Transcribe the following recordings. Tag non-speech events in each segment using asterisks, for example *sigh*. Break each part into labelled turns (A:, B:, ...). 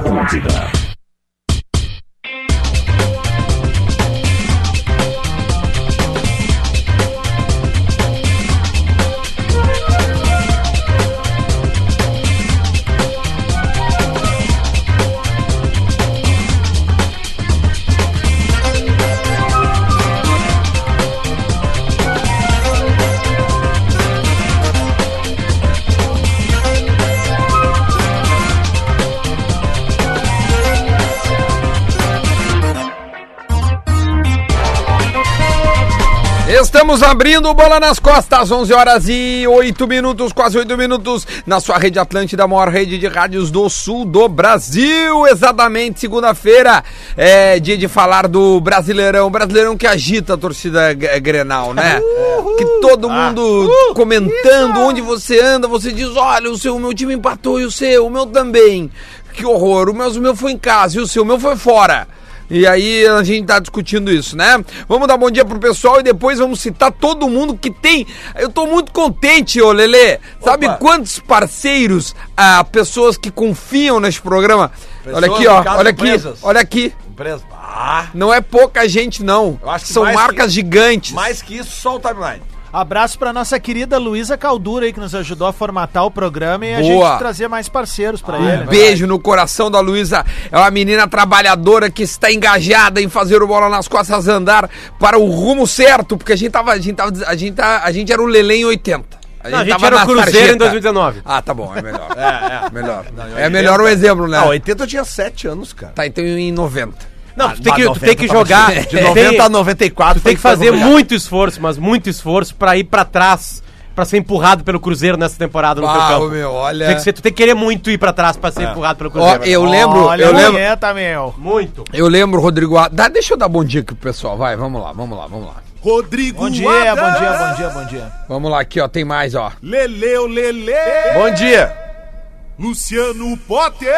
A: Atlântida.
B: Estamos abrindo o Bola nas Costas, 11 horas e 8 minutos, quase 8 minutos, na sua rede Atlântida, a maior rede de rádios do sul do Brasil. Exatamente, segunda-feira é dia de falar do Brasileirão, Brasileirão que agita a torcida g- Grenal, né? Que todo mundo comentando onde você anda, você diz: olha, o seu, o meu time empatou e o seu, o meu também. Que horror, o meu, o meu foi em casa e o seu, o meu foi fora. E aí a gente tá discutindo isso, né? Vamos dar bom dia pro pessoal e depois vamos citar todo mundo que tem. Eu tô muito contente, ô Lelê. Sabe quantos parceiros, ah, pessoas que confiam nesse programa?
C: Pessoas,
B: olha aqui, ó.
C: no caso,
B: Olha aqui.
C: empresas.
B: Olha aqui.
C: Empresa. Ah,
B: Não é pouca gente, não.
C: Eu acho que
B: São
C: mais
B: marcas
C: que-
B: gigantes.
C: mais que isso, só o timeline.
D: Abraço pra nossa querida Luísa Caldura aí, que nos ajudou a formatar o programa e a
B: Boa.
D: gente trazer mais parceiros pra
E: É
D: ele. né?
B: Um beijo no coração da Luísa. É uma menina trabalhadora que está engajada em fazer o bola nas costas andar para o rumo certo, porque a gente tava, a gente tava, a gente, tá- a gente era o Lelê em 80.
E: Não, a gente era o
B: na
E: Cruzeiro
B: sarjeta.
E: em 2019.
B: Ah, tá bom, é
E: *laughs*
B: melhor.
C: É, é.
B: melhor. é melhor o exemplo, né?
C: Ah, 80 eu tinha 7 anos, cara.
B: Tá, então em 90.
E: Não, tu tem
B: Ah,
C: mas
E: que, tu tem
C: 90
E: que
B: tá
C: tava
E: jogar.
C: cheio.
E: tu
C: De 90 a
E: tem,
C: 94
E: tu tem que fazer muito esforço, mas muito esforço pra ir pra trás, pra ser empurrado pelo Cruzeiro nessa temporada no teu
B: Ah,
E: campo.
B: ô, meu, olha.
E: Tem que ser- tu tem que querer muito ir pra trás pra ser empurrado pelo
B: Ó,
E: Cruzeiro.
B: eu lembro,
D: Olha,
B: eu lembro.
D: Boneta, meu.
E: Muito.
B: Eu lembro, Rodrigo. A- Dá, deixa eu dar bom dia aqui pro pessoal. Vai, vamos lá, vamos lá, vamos lá.
F: Rodrigo
D: Bom dia, bom dia, bom dia, bom dia.
B: Vamos lá aqui, ó. Tem mais, ó.
F: Leleu, Lele.
C: Bom dia.
F: Luciano Potter.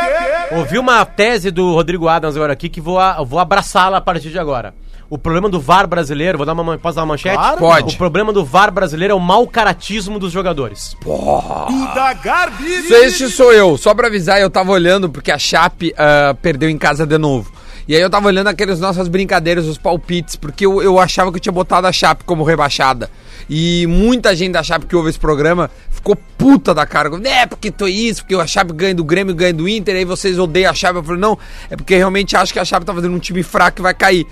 E: Ouvi uma tese do Rodrigo Adams agora aqui que vou, a- vou abraçá-la a partir de agora. O problema do VAR brasileiro, vou dar uma, man- posso dar uma manchete?
D: Claro.
B: Pode.
E: O problema do VAR brasileiro é o mau caratismo dos jogadores.
F: Duda Garbi.
B: Se Este sou eu. Só pra avisar, eu tava olhando porque a Chape ah, perdeu em casa de novo. E aí eu tava olhando aqueles nossas brincadeiras, os palpites, porque eu, eu achava que eu tinha botado a Chape como rebaixada. E muita gente da Chape que ouve esse programa ficou puta da cara. É, porque tô isso, porque a Chape ganha do Grêmio, ganha do Inter, aí vocês odeiam a Chape. Eu falei, não, é porque realmente acho que a Chape tá fazendo um time fraco e vai cair.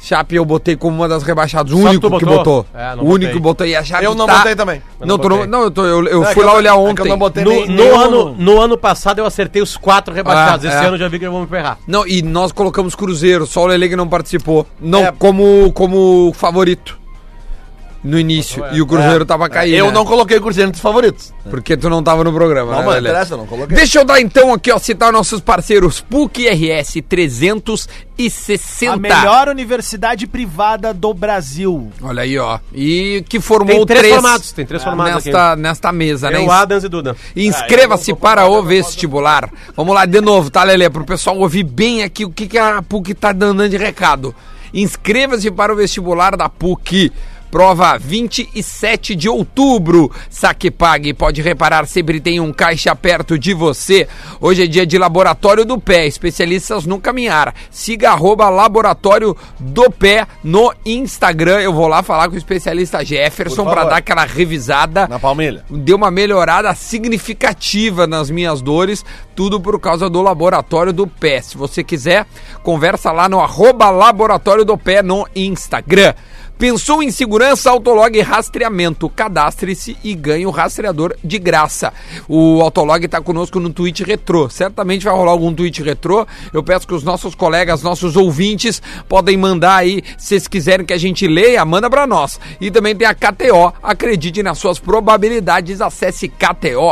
B: Chape eu botei como uma das rebaixadas, o
E: Só
B: único
E: tu
B: que
E: botou?
B: botou.
E: É,
B: o
E: não
B: único que
E: botei.
B: botou. E a Chape
C: Eu não
B: tá-
C: botei também.
B: Não,
E: Eu não
B: tu não,
E: botei.
B: não, eu, tô- eu- eu
C: É que
B: fui lá
C: eu- é
B: olhar
C: que
B: ontem.
C: eu não botei
E: No,
C: nem-
E: no
C: nem o-
E: ano, no ano passado eu acertei os quatro rebaixados.
B: Ah,
E: Esse
B: é.
E: ano eu já vi que eu vou me ferrar.
B: Não, e nós colocamos Cruzeiro, só o Lele que não participou. Não,
C: É.
B: como, como favorito. No início.
E: é.
B: E o Cruzeiro tava caindo.
C: É. Eu
B: né?
C: não coloquei o Cruzeiro entre os favoritos.
B: Porque tu não tava no programa,
C: Não,
B: né,
C: mas
B: Lelê?
C: interessa, eu não coloquei.
B: Deixa eu dar então aqui, ó, citar nossos parceiros PUC RS 360.
D: A melhor universidade privada do Brasil.
B: Olha aí, ó. E que formou
E: Tem três
B: três Ah,
E: formatos, tem três formatos aqui.
B: nesta, nesta mesa, né?
E: Eu, Adams e Duda.
B: Inscreva-se para o vestibular. Vamos lá de novo, tá, Lelê? Para o pessoal ouvir bem aqui o que, que a PUC tá dando de recado. Inscreva-se para o vestibular da PUC. Prova 27 de outubro. Saque Pague, pode reparar, sempre tem um caixa perto de você. Hoje é dia de Laboratório do Pé, especialistas no caminhar. Siga arroba Laboratório do Pé no Instagram. Eu vou lá falar com o especialista Jefferson
C: Por
B: para
C: favor.
B: dar aquela revisada
C: Na Palmeira.
B: deu uma melhorada significativa nas minhas dores, tudo por causa do laboratório do pé. Se você quiser, conversa lá no arroba laboratório do pé no Instagram. Pensou em segurança, Autolog Rastreamento. Cadastre-se e ganhe o rastreador de graça. O Autolog está conosco no Twitch Retrô. Certamente vai rolar algum tweet retrô. Eu peço que os nossos colegas, nossos ouvintes, podem mandar aí. Se vocês quiserem que a gente leia, manda para nós. E também tem a KTO. Acredite nas suas probabilidades. Acesse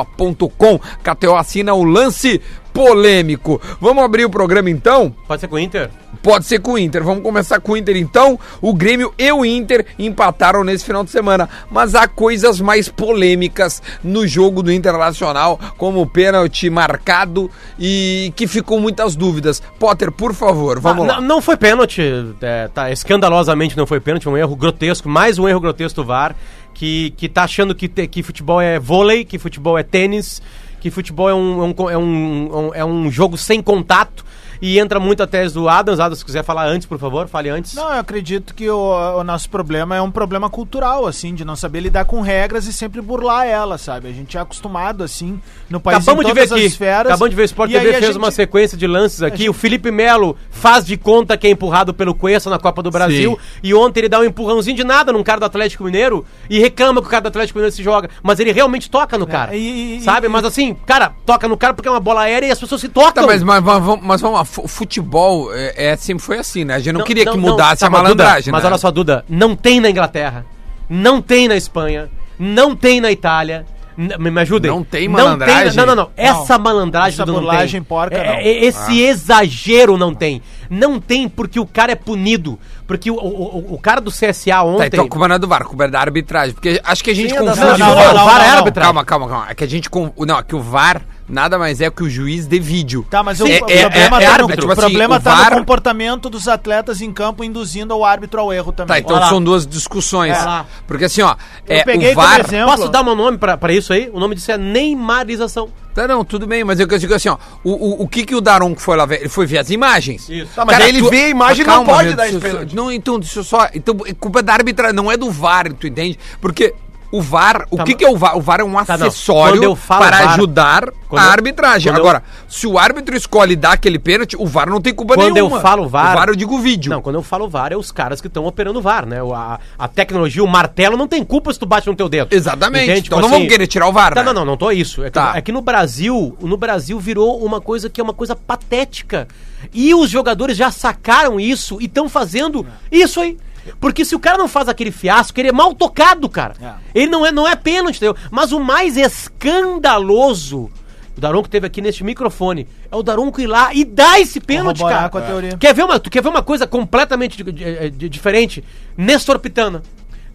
B: kto.com. KTO assina o lance polêmico. Vamos abrir o programa então?
E: Pode ser com o Inter?
B: Pode ser com o Inter. Vamos começar com o Inter então. O Grêmio e o Inter empataram nesse final de semana. Mas há coisas mais polêmicas no jogo do Internacional, como o pênalti marcado e que ficou muitas dúvidas. Potter, por favor, vamos
E: Ah,
B: lá.
E: n- Não foi pênalti, é, tá, escandalosamente não foi pênalti, um erro grotesco, mais um erro grotesco do VAR, que, que tá achando que, te- que futebol é vôlei, que futebol é tênis, que futebol é um, é um, co- é um, é um jogo sem contato e entra muito a tese do Adams. Adams, se quiser falar antes, por favor, fale antes.
D: Não, eu acredito que o, o nosso problema é um problema cultural, assim, de não saber lidar com regras e sempre burlar elas, sabe? A gente é acostumado, assim, no país
E: Acabamos
D: em
E: de ver
D: todas
E: aqui.
D: as esferas.
E: Acabamos de ver o Sport
D: E
E: TV
D: aí a
E: fez
D: gente-
E: uma sequência de lances aqui. O Felipe Melo faz de conta que é empurrado pelo Cuesta na Copa do Brasil. E ontem ele dá um empurrãozinho de nada num cara do Atlético Mineiro e reclama que o cara do Atlético Mineiro se joga. Mas ele realmente toca no cara.
D: É, e- e-
E: sabe?
D: e-
E: mas assim, cara, toca no cara porque é uma bola aérea e as pessoas se tocam.
B: Tá, mas, mas, mas vamos- mas vamos lá, fu- futebol é, é- sempre foi assim, né? A gente não, queria que mudasse
E: tá,
B: a
E: mas Duda,
B: malandragem,
E: Mas
B: né?
E: olha só, Duda, não tem na Inglaterra, não tem na Espanha, não tem na Itália. n- Me me ajudem.
B: Não tem
E: Não
B: malandragem?
E: na- não, não, não. Essa malandragem
D: Essa
E: Duda, não
D: burlagem
E: tem.
D: porca,
E: É-
D: não.
E: é-
B: Ah.
E: Esse exagero não tem. Não tem porque o cara é punido. Porque o, o- o- o cara do CSA
B: Tá,
E: ontem...
B: então a culpa não é do VAR, a culpa é da arbitragem. Porque acho que a gente
C: Sim, é da-
B: confunde.
E: Não, não,
D: Não,
E: não,
D: não,
E: o VAR
D: não,
E: é
D: não.
E: árbitro.
B: Calma, calma, calma. É que a gente. con- Não, é que o VAR nada mais é que o juiz de vídeo.
D: Tá, mas o,
B: É-
D: o
B: é-
D: problema,
B: é
D: tá,
B: árbitro,
D: no,
B: tipo
D: o problema
B: assim, o
D: tá
B: VAR-
D: no comportamento dos atletas em campo induzindo o árbitro ao erro também.
B: Tá, então
E: Olha lá.
B: são duas discussões.
E: Olha lá.
B: Porque assim, ó,
D: Eu
B: é,
D: peguei
B: o VAR.
D: como exemplo.
E: Posso dar um nome pra, pra isso aí? O nome disso é neymarização.
B: Tá, não, tudo bem, mas eu eu digo assim, ó. O, o, o que que o Daronco foi lá ver? Ele foi ver as imagens.
E: Isso.
C: Tá, mas aí ele vê a imagem e não pode dar esse pênalti.
B: Não, então, deixa eu só. Então, é culpa da arbitragem, não é do VAR, tu entende? Porque. O VAR, o
E: Tá,
B: que,
E: mas-
B: que é o VAR? O VAR é um
E: Tá, não.
B: acessório
E: Quando eu falo
B: para
E: VAR,
B: ajudar
E: quando
B: a
E: eu-
B: arbitragem.
E: quando eu-
B: Agora, se o árbitro escolhe dar aquele pênalti, o VAR não tem culpa
E: Quando eu
B: nenhuma.
E: falo VAR-
B: O VAR eu digo vídeo.
E: Não, quando eu falo VAR, é os caras que estão operando o VAR, né? O- A, a tecnologia, o martelo não tem culpa se tu bate no teu dedo.
B: Exatamente.
E: Entende?
B: Então
E: Tipo
B: não
E: assim,
B: vamos querer tirar o VAR.
E: Tá,
B: né?
E: não, não, não tô isso. É que,
B: Tá.
E: é que no Brasil, no Brasil virou uma coisa que é uma coisa patética. E os jogadores já sacaram isso e estão fazendo isso aí. Porque se o cara não faz aquele fiasco, ele é mal tocado, cara. Ele não é, não é pênalti, entendeu? Mas o mais escandaloso, o Daronco teve aqui neste microfone, é o Daronco ir lá e dar esse pênalti,
D: Corroborar
E: cara.
D: com a teoria.
E: Quer ver uma, tu quer ver uma coisa completamente di- di- di- diferente? Nestor Pitana.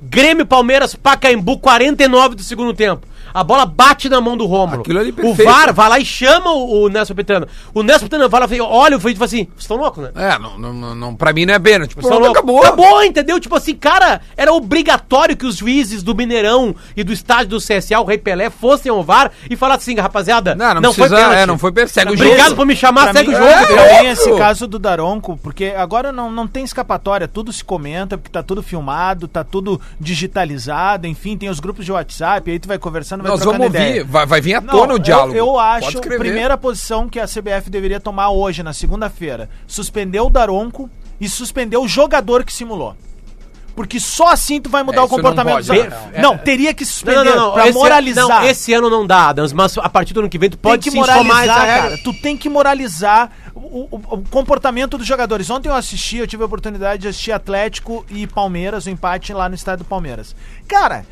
E: Grêmio Palmeiras Pacaembu 49 do segundo tempo. A bola bate na mão do Rômulo.
B: Aquilo ali é
E: o
B: perfeito.
E: VAR vai lá e chama o, o Nestor Pitana. O Nestor Pitana vai lá e fala, olha o vídeo e fala assim: vocês estão loucos, né?
B: É, não, não, não, não, pra mim não é pênalti.
E: Vocês tão
B: Pronto,
E: loucos."
B: acabou.
E: Acabou, entendeu? Tipo assim, cara, era obrigatório que os juízes do Mineirão e do estádio do CSA, o Rei Pelé, fossem ao VAR e falassem assim, rapaziada,
B: Não, não precisa- é, não foi pênalti. Segue o jogo.
E: Obrigado por me chamar,
D: Pra
E: segue
D: mim-
E: o jogo.
D: é,
E: entendeu?
D: pra mim,
B: óbvio.
D: esse caso do Daronco, porque agora não, não tem escapatória, tudo se comenta, porque tá tudo filmado, tá tudo digitalizado, enfim, tem os grupos de WhatsApp, aí tu vai conversando, vai
B: Nós
D: trocando
B: vamos ouvir, vai, vai vir à tona o
D: eu-
B: diálogo.
D: Eu, acho a
B: escrever.
D: primeira posição que a CBF deveria tomar hoje, na segunda-feira. Suspender o Daronco e suspender o jogador que simulou. Porque só assim tu vai mudar
B: É,
D: o
B: isso não pode,
D: comportamento do
B: né?
D: não, não, teria que suspender pra
E: esse
D: moralizar.
E: Ano, não, esse ano não dá, Adams, mas a partir do ano que vem tu pode
D: tem que
E: sim somar
D: moralizar,
E: essa regra.
D: cara. Tu tem que moralizar o, o- o comportamento dos jogadores. Ontem eu assisti, eu tive a oportunidade de assistir Atlético e Palmeiras, o empate lá no estádio do Palmeiras. Cara,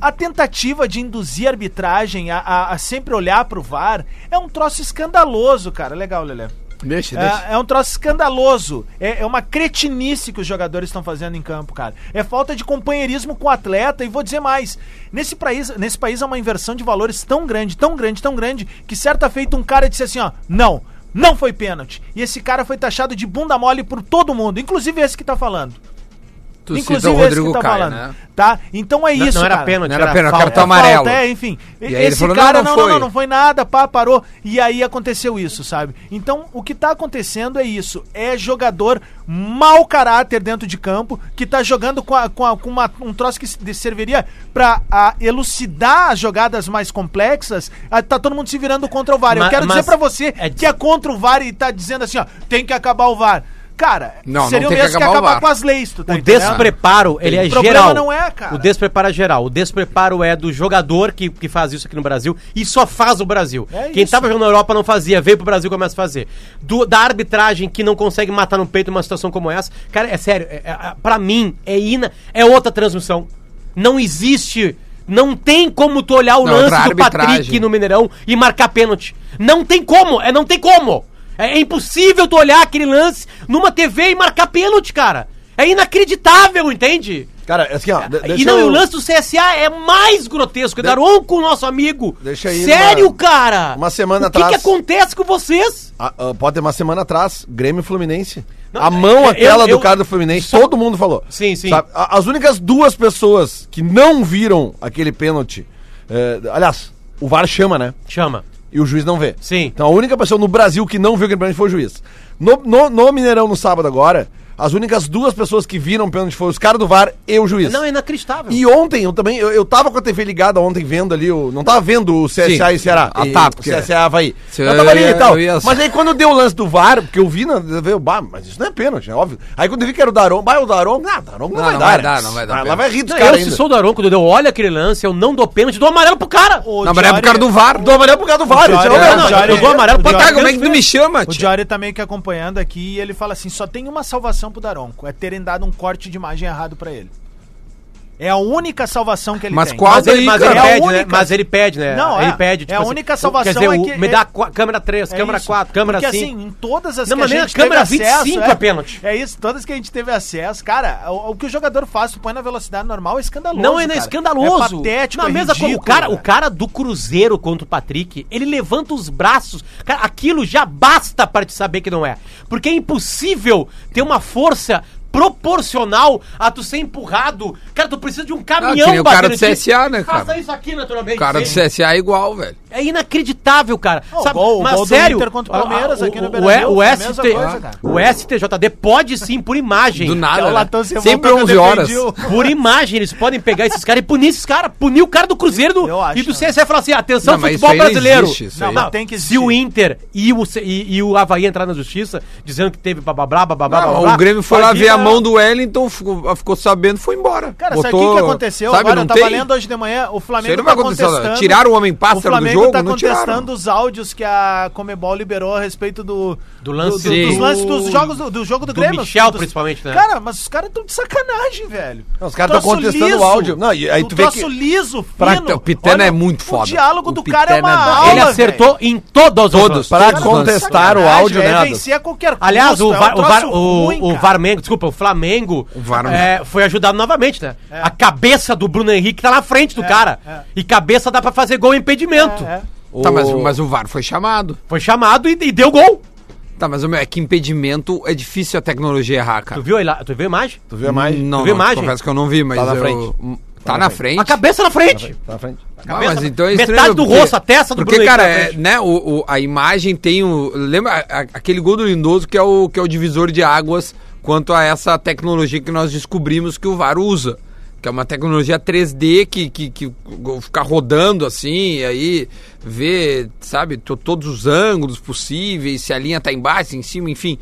D: a tentativa de induzir arbitragem a, a- a sempre olhar pro VAR é um troço escandaloso, cara. Legal, Lelé.
B: Deixa, deixa.
D: É, é um troço escandaloso. É, é uma cretinice que os jogadores estão fazendo em campo, cara. É falta de companheirismo com o atleta. E vou dizer mais: nesse país, nesse país há uma inversão de valores tão grande, tão grande, tão grande, que certa feita um cara disse assim: ó, não. Não foi pênalti. E esse cara foi taxado de bunda mole por todo mundo, inclusive esse que tá falando.
B: tu
D: inclusive
B: cita o Rodrigo
D: esse que tá
B: Caio,
D: falando.
B: né?
D: Tá? Então é
E: Não,
D: isso,
E: não era
D: cara.
E: pênalti,
B: Não era pênalti,
E: falta.
B: cartão amarelo.
D: É, enfim.
B: E aí ele
D: esse
B: falou,
D: cara,
B: não, não
D: não, não, não,
B: foi.
D: não, foi nada, pá, parou. E aí aconteceu isso, sabe? Então, o que tá acontecendo é isso. É jogador mau caráter dentro de campo, que tá jogando com, a- com a- com uma- um troço que se- de- serviria pra ah, elucidar as jogadas mais complexas. Ah, tá todo mundo se virando contra o VAR.
E: Ma-
D: Eu quero
E: mas
D: dizer pra você
E: é de-
D: que é contra o VAR e tá dizendo assim, ó, tem que acabar o VAR. Cara,
B: Não, não
D: seria o
B: tem que
D: mesmo que
B: acabar o
D: acabar
B: VAR.
D: com as leis, tu tá
E: O
D: entendendo?
E: despreparo, ele é
D: O problema
E: geral.
D: não é, cara.
E: O despreparo é geral. O despreparo é do jogador que, que faz isso aqui no Brasil e só faz o Brasil.
D: É
E: Quem
D: isso.
E: tava jogando na Europa não fazia, veio pro Brasil e começa a fazer. Do- da arbitragem que não consegue matar no peito uma situação como essa. Cara, é sério, é, é- pra mim, é ina, é outra transmissão. Não existe. Não tem como tu olhar o
B: Não,
E: lance
B: outra
E: do Patrick
B: arbitragem.
E: no Mineirão e marcar pênalti. Não tem como, é não tem como. É, é impossível tu olhar aquele lance numa TV e marcar pênalti, cara. É inacreditável, entende?
C: Cara, assim, ó. de-
E: e
C: deixa
E: não, e
C: eu-
E: o lance do CSA é mais grotesco. É
C: De-
E: Daronco, nosso amigo.
C: Deixa aí
E: Sério,
C: uma-
E: cara?
C: uma semana
E: o que
C: atrás.
E: que acontece com vocês?
C: Ah, ah, pode ter uma semana atrás, Grêmio e Fluminense.
E: Não,
C: a mão
E: eu-
C: aquela
E: eu-
C: do cara do Fluminense, todo mundo falou.
E: Sim, sim.
C: A- As únicas duas pessoas que não viram aquele pênalti. eh, aliás, é, o VAR chama, né?
E: Chama.
C: e o juiz não vê.
E: Sim.
C: Então a única pessoa no Brasil que não viu aquele pênalti foi o juiz. No, no, no Mineirão, no sábado agora, as únicas duas pessoas que viram o pênalti foram os caras do VAR e o juiz.
E: Não, é inacreditável.
C: E ontem, eu também, eu, eu tava com a TV ligada ontem vendo ali, o, não tava vendo o CSA
B: Sim.
C: e Ceará.
B: Ah,
C: E-
B: tá,
C: o
B: porque-
C: CSA Havaí.
B: Se
C: eu tava ali
B: eu ia-
C: e tal.
B: eu ia-
C: Mas aí quando deu o lance do VAR, porque eu vi, na, eu vi, bah, mas isso não é pênalti, é óbvio. Aí quando eu vi que era o Daron, vai o Daron, ah, Daron não,
B: Não,
C: vai,
B: não
C: dar,
B: vai
C: né?
B: dar, não vai dar
C: Ah, Lá
B: pênalti.
C: vai rir dos
E: Não,
C: caras
E: eu, se
C: ainda.
E: sou o Daronco, quando eu olho aquele lance, eu não dou pênalti, dou amarelo pro cara.
D: O
B: Na verdade é por
D: Diário-
B: causa do VAR.
C: Do amarelo por causa do VAR.
D: O
C: isso é
D: Diário-
C: o
E: não,
C: Daron.
E: não,
D: o Diário-
E: eu dou amarelo
D: o
E: pra
D: Diário-
E: cá,
B: Tá, como é que tu me chama,
D: O
B: tio?
D: Diário tá meio que acompanhando aqui e ele fala assim: só tem uma salvação pro Daronco, é terem dado um corte de imagem errado pra ele. É a única salvação que ele
B: Mas
D: tem.
B: qual-
E: Mas ele,
B: aí,
E: mas
B: cara.
E: ele
D: É a
E: pede, né?
D: única.
E: Mas ele pede, né?
D: Não,
E: ele
D: é.
E: pede.
D: É a única salvação
E: Quer
D: é
E: dizer, o-
D: que-
E: me
D: é-
E: dá qua- câmera 3,
D: É
E: câmera
D: isso.
E: 4, câmera
D: Porque
E: 5.
D: assim, em todas as
E: Não, mas nem a câmera 25 é pênalti.
D: É isso, todas que a gente teve acesso, cara, o, o que o jogador faz, tu põe na velocidade normal, é escandaloso.
E: Não, é,
D: cara.
E: escandaloso.
D: É patético,
E: Na
D: é
E: mesa como o
D: ridículo,
E: cara, o cara do Cruzeiro contra o Patrick, ele levanta os braços. Cara, aquilo já basta pra te saber que não é. Porque é impossível ter uma força proporcional a tu ser empurrado. Cara, tu precisa de um
B: Ah, que
E: caminhão
B: nem o cara
E: batendo
B: do
E: em ti.
B: CSA, né, cara?
E: Faça isso aqui naturalmente.
B: O cara do
E: sim.
B: CSA é igual, velho.
E: É inacreditável, cara.
D: Não, o
E: Sabe,
D: gol- o
E: mas
D: gol do
E: sério,
D: Inter contra o Palmeiras
E: a- a-
D: aqui no
E: o-
D: Beira-Rio,
E: o,
D: é a
E: ST
D: mesma coisa, cara.
E: o STJD pode sim, por imagem.
B: Do
D: É o
B: nada,
D: latão
B: né?
D: sem
B: Sempre
D: volta que
B: 11 horas.
D: defendiu.
E: Por imagem, eles podem pegar esses caras e punir esses caras. Punir o cara do Cruzeiro do-
D: Eu acho,
E: e do
D: né?
E: CSE e falar assim: atenção,
B: Não, mas
E: futebol
B: isso aí não
E: brasileiro.
B: existe, isso
D: Não, aí. mas tem que
E: Se o
D: existir.
E: Inter e o, C- e, e o Havaí entrar na justiça, dizendo que teve bababrá, bababrá,
B: Não,
E: bababrá,
B: o Grêmio foi lá
E: pode ir
B: ver a
E: na-
B: mão do Wellington, ficou, ficou sabendo, foi embora.
D: Cara, sabe o que que aconteceu?
B: Sabe,
D: Agora tá
B: não
D: eu tava
B: tem?
D: lendo hoje de manhã,
B: Isso
D: o
B: aí
D: Flamengo
B: não vai
D: tá
B: acontecer.
D: contestando.
B: Tiraram o homem
D: O
B: pássaro do
D: Flamengo
B: jogo?
D: tá
B: não
D: contestando
B: tiraram.
D: os áudios que a Comebol liberou a respeito do,
E: Do lance
D: do- do- dos
B: do-
D: lances dos jogos do, do jogo do,
E: do
D: Grêmio.
E: Michel,
D: Dos-
E: principalmente, né?
D: Cara, mas os caras estão de sacanagem, velho.
C: Não, os caras tão
D: Troço
C: contestando
D: liso,
C: o áudio. Não, e aí
D: o
C: tu tá vê
D: troço
C: que-
D: liso,
B: Pra-
D: fino.
B: o Pitana é muito
D: O
B: foda.
D: diálogo
B: O
D: do cara é uma
B: Pitana é-
D: aula, tá
E: Ele acertou em todos,
B: Todos,
E: os
C: Pra
B: todos os lances.
C: contestar o
D: Sacanagem,
C: áudio,
D: é
C: né? Adams?
D: vencer a qualquer custo,
E: Aliás, o,
D: é um
E: VAR, o,
D: troço
E: VAR, o,
D: ruim,
E: o
D: cara.
E: Varmengo, desculpa, o Flamengo
B: Varmengo.
E: é, foi ajudado novamente, né? A cabeça do Bruno Henrique tá na frente do cara.
D: é.
E: E cabeça dá pra fazer gol em impedimento.
D: É, é.
B: Tá, mas, mas o VAR foi chamado.
E: Foi chamado e, e deu gol.
B: Tá, mas meu, é que impedimento é difícil a tecnologia errar,
E: Tu
B: cara.
E: viu, a ila- tu viu a imagem?
C: Tu viu a mais?
B: Não,
E: Tu viu
B: não,
E: imagem?
B: confesso que eu não vi, mas
C: Tá na
B: eu-
C: frente.
B: Tá, na frente.
E: A cabeça na frente.
C: Tá na frente.
B: Ah,
E: cabeça
B: mas
E: na-
B: então é
E: metade
B: estranho,
E: do
B: porque-
E: rosto, a testa do
B: Porque,
E: Bruno
B: cara,
E: Henrique na
B: é,
E: frente.
B: né, o, o- a imagem tem o... Lembra a- a- aquele gol do Lindoso que é o, que é o divisor de águas quanto a essa tecnologia que nós descobrimos que o VAR usa. Que é uma tecnologia 3D que, que, que fica rodando assim, e aí vê, sabe, to- todos os ângulos possíveis, se a linha tá embaixo, em cima, enfim.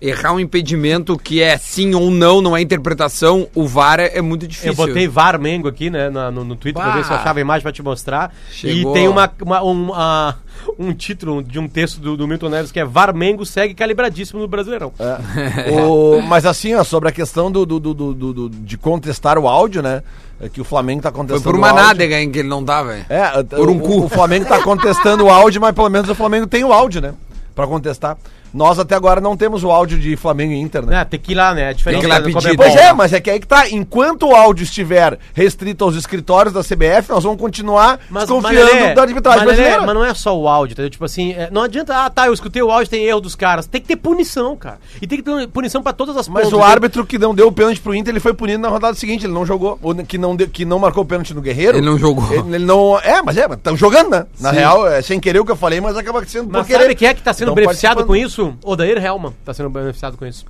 B: Errar um impedimento que é sim ou não, não é interpretação, o VAR é, é muito difícil.
E: Eu botei Varmengo aqui, né, na- no, no Twitter, pra
B: Bah.
E: ver se eu achava a imagem pra te mostrar.
B: Chegou.
E: E tem uma, uma- um, ah, um título de um texto do, do Milton Neves que é Varmengo segue calibradíssimo no Brasileirão.
B: É.
C: *laughs* O- mas assim, ó, sobre a questão do, do- do- do- do- do- de contestar o áudio, né? é que o Flamengo tá
B: Foi
C: contestando
B: por
C: o
B: uma
C: áudio.
B: nádega, hein, que ele não dá, velho.
C: É, o-
B: Por um
C: o,
B: cu.
C: o Flamengo tá contestando o áudio, mas pelo menos o Flamengo tem o áudio, né? Pra contestar. Nós até agora não temos o áudio de Flamengo e Inter, né?
E: Né, tem que ir lá, né? É diferente
B: Tem que ir lá
E: da- da
B: pedir,
E: Comebol,
C: Pois é,
E: né?
C: mas é que aí que tá. Enquanto o áudio estiver restrito aos escritórios da CBF, nós vamos continuar desconfiando tá
E: Lelê,
C: da arbitragem
E: mas, Lelê,
C: brasileira.
E: mas não é só o áudio, entendeu? Tipo assim, é, não adianta, ah tá, eu escutei o áudio, tem erro dos caras. Tem que ter punição, cara. E tem que ter punição pra todas as
B: um
C: Mas
E: pontas,
C: o
E: entendeu?
C: árbitro que não deu o pênalti pro Inter, ele foi punido na rodada seguinte, ele não jogou. Ou que não, deu- que não marcou o pênalti no Guerreiro.
B: Ele não jogou.
C: Ele, ele não. É, mas é, estão jogando, né? Na
B: Sim.
C: real, é sem querer o que eu falei, mas acaba sendo
E: Mas sabe quem é que tá sendo
C: Então,
E: beneficiado com
C: participando.
E: isso? Odair Helman tá sendo beneficiado com isso.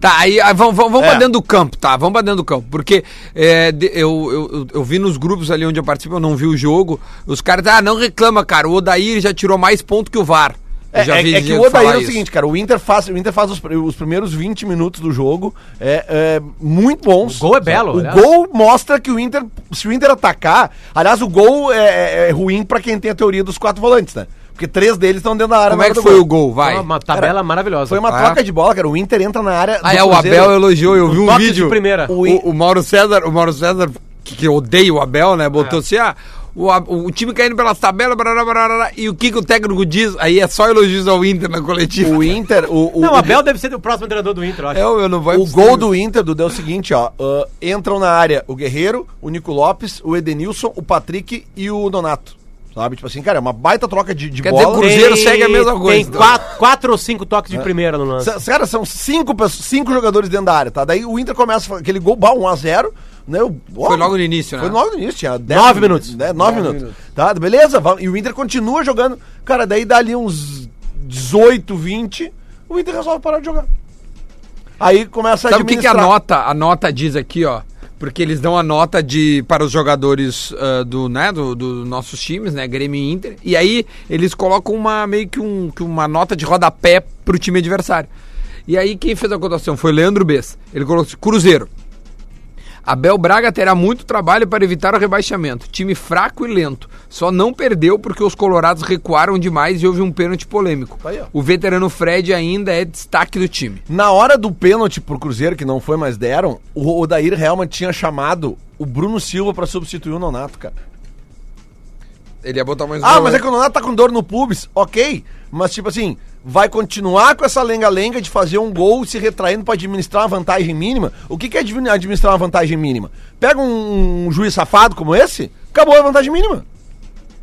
B: Tá, aí ah, vamos, vamos, vamos
C: É.
B: pra dentro do campo, tá? Vamos pra dentro do campo. Porque é, de- eu, eu, eu- eu vi nos grupos ali onde eu participo, eu não vi o jogo. Os caras, ah, não reclama, cara. O Odair já tirou mais ponto que o VAR. Eu
C: É,
B: já
C: é-
B: vi
C: é que
B: gente
C: o Odair
B: falar
C: é o
B: isso.
C: seguinte, cara, o Inter faz, o Inter faz os, pr- os primeiros 20 minutos do jogo é, é, muito bons.
E: O gol é belo,
C: O
E: aliás.
C: gol mostra que o Inter, se o Inter atacar, aliás, o gol é, é- é ruim pra quem tem a teoria dos quatro volantes, né? Porque três deles estão dentro da área.
B: Como
C: na
B: é
C: hora
B: que
C: do
B: foi o gol? Vai.
E: Uma, uma tabela
C: Cara,
E: maravilhosa.
C: Foi uma
B: Ah.
C: troca de bola, cara. O Inter entra na área.
B: Ah,
C: do
B: é, o
C: Cruzeiro.
B: Abel elogiou, eu vi um
E: toque de
B: vídeo.
E: primeira.
B: O, o Mauro César, o Mauro César, que, que odeia o Abel, né?
C: É.
B: Botou assim, ah, o, Ab- o time caindo pelas tabelas, brará, brará, e o que, que o técnico diz? Aí é só elogios ao Inter na coletiva.
C: O Inter. O, o,
E: Não, o Abel deve ser o próximo treinador do Inter, eu acho.
B: É, eu não vou-
C: O gol do Inter, Dudu, é o seguinte, ó. ah, entram na área o Guerreiro, o Nico Lopes, o Edenilson, o Patrick e o Donato. Sabe? Tipo assim, cara, é uma baita troca de, de
B: Quer dizer,
C: bola.
B: o Cruzeiro segue a mesma coisa,
E: Tem
B: então.
E: quatro, quatro ou cinco toques
C: É.
E: de primeira no lance.
C: S- Cara, são cinco, pesso- cinco jogadores dentro da área, tá? Daí o Inter começa a fa- aquele gol, bah, 1x0. Né, o- ó,
B: logo no início, né?
C: Foi logo no início, tinha 10
E: Nove minutos.
C: né, nove minutos. Tá, beleza. vamos- E o Inter continua jogando. Cara, daí dá ali uns 18, 20, o Inter resolve parar de jogar. Aí começa
B: Sabe o que, que a
C: administrar.
B: nota, a nota diz aqui, ó? Porque eles dão a nota de para os jogadores ah, do, né, do, do nossos times, né, Grêmio e Inter. E aí eles colocam uma meio que, um, que uma nota de rodapé pro time adversário. E aí quem fez a cotação foi Leandro Bess. Ele colocou assim, Cruzeiro. Abel Braga terá muito trabalho para evitar o rebaixamento. Time fraco e lento. Só não perdeu porque os colorados recuaram demais e houve um pênalti polêmico.
C: Aí, ó.
B: o veterano Fred ainda é destaque do time.
C: Na hora do pênalti pro Cruzeiro, que não foi, mas deram, o Odair Helman tinha chamado o Bruno Silva pra substituir o Nonato, cara.
B: Ele ia botar mais um
C: Ah, mas
B: goleiro.
C: é que o Nonato tá com dor no pubis, ok. Mas, tipo assim, vai continuar com essa lenga-lenga de fazer um gol se retraindo pra administrar uma vantagem mínima? O que, que é admi- administrar uma vantagem mínima? Pega um, um juiz safado como esse, acabou a vantagem mínima.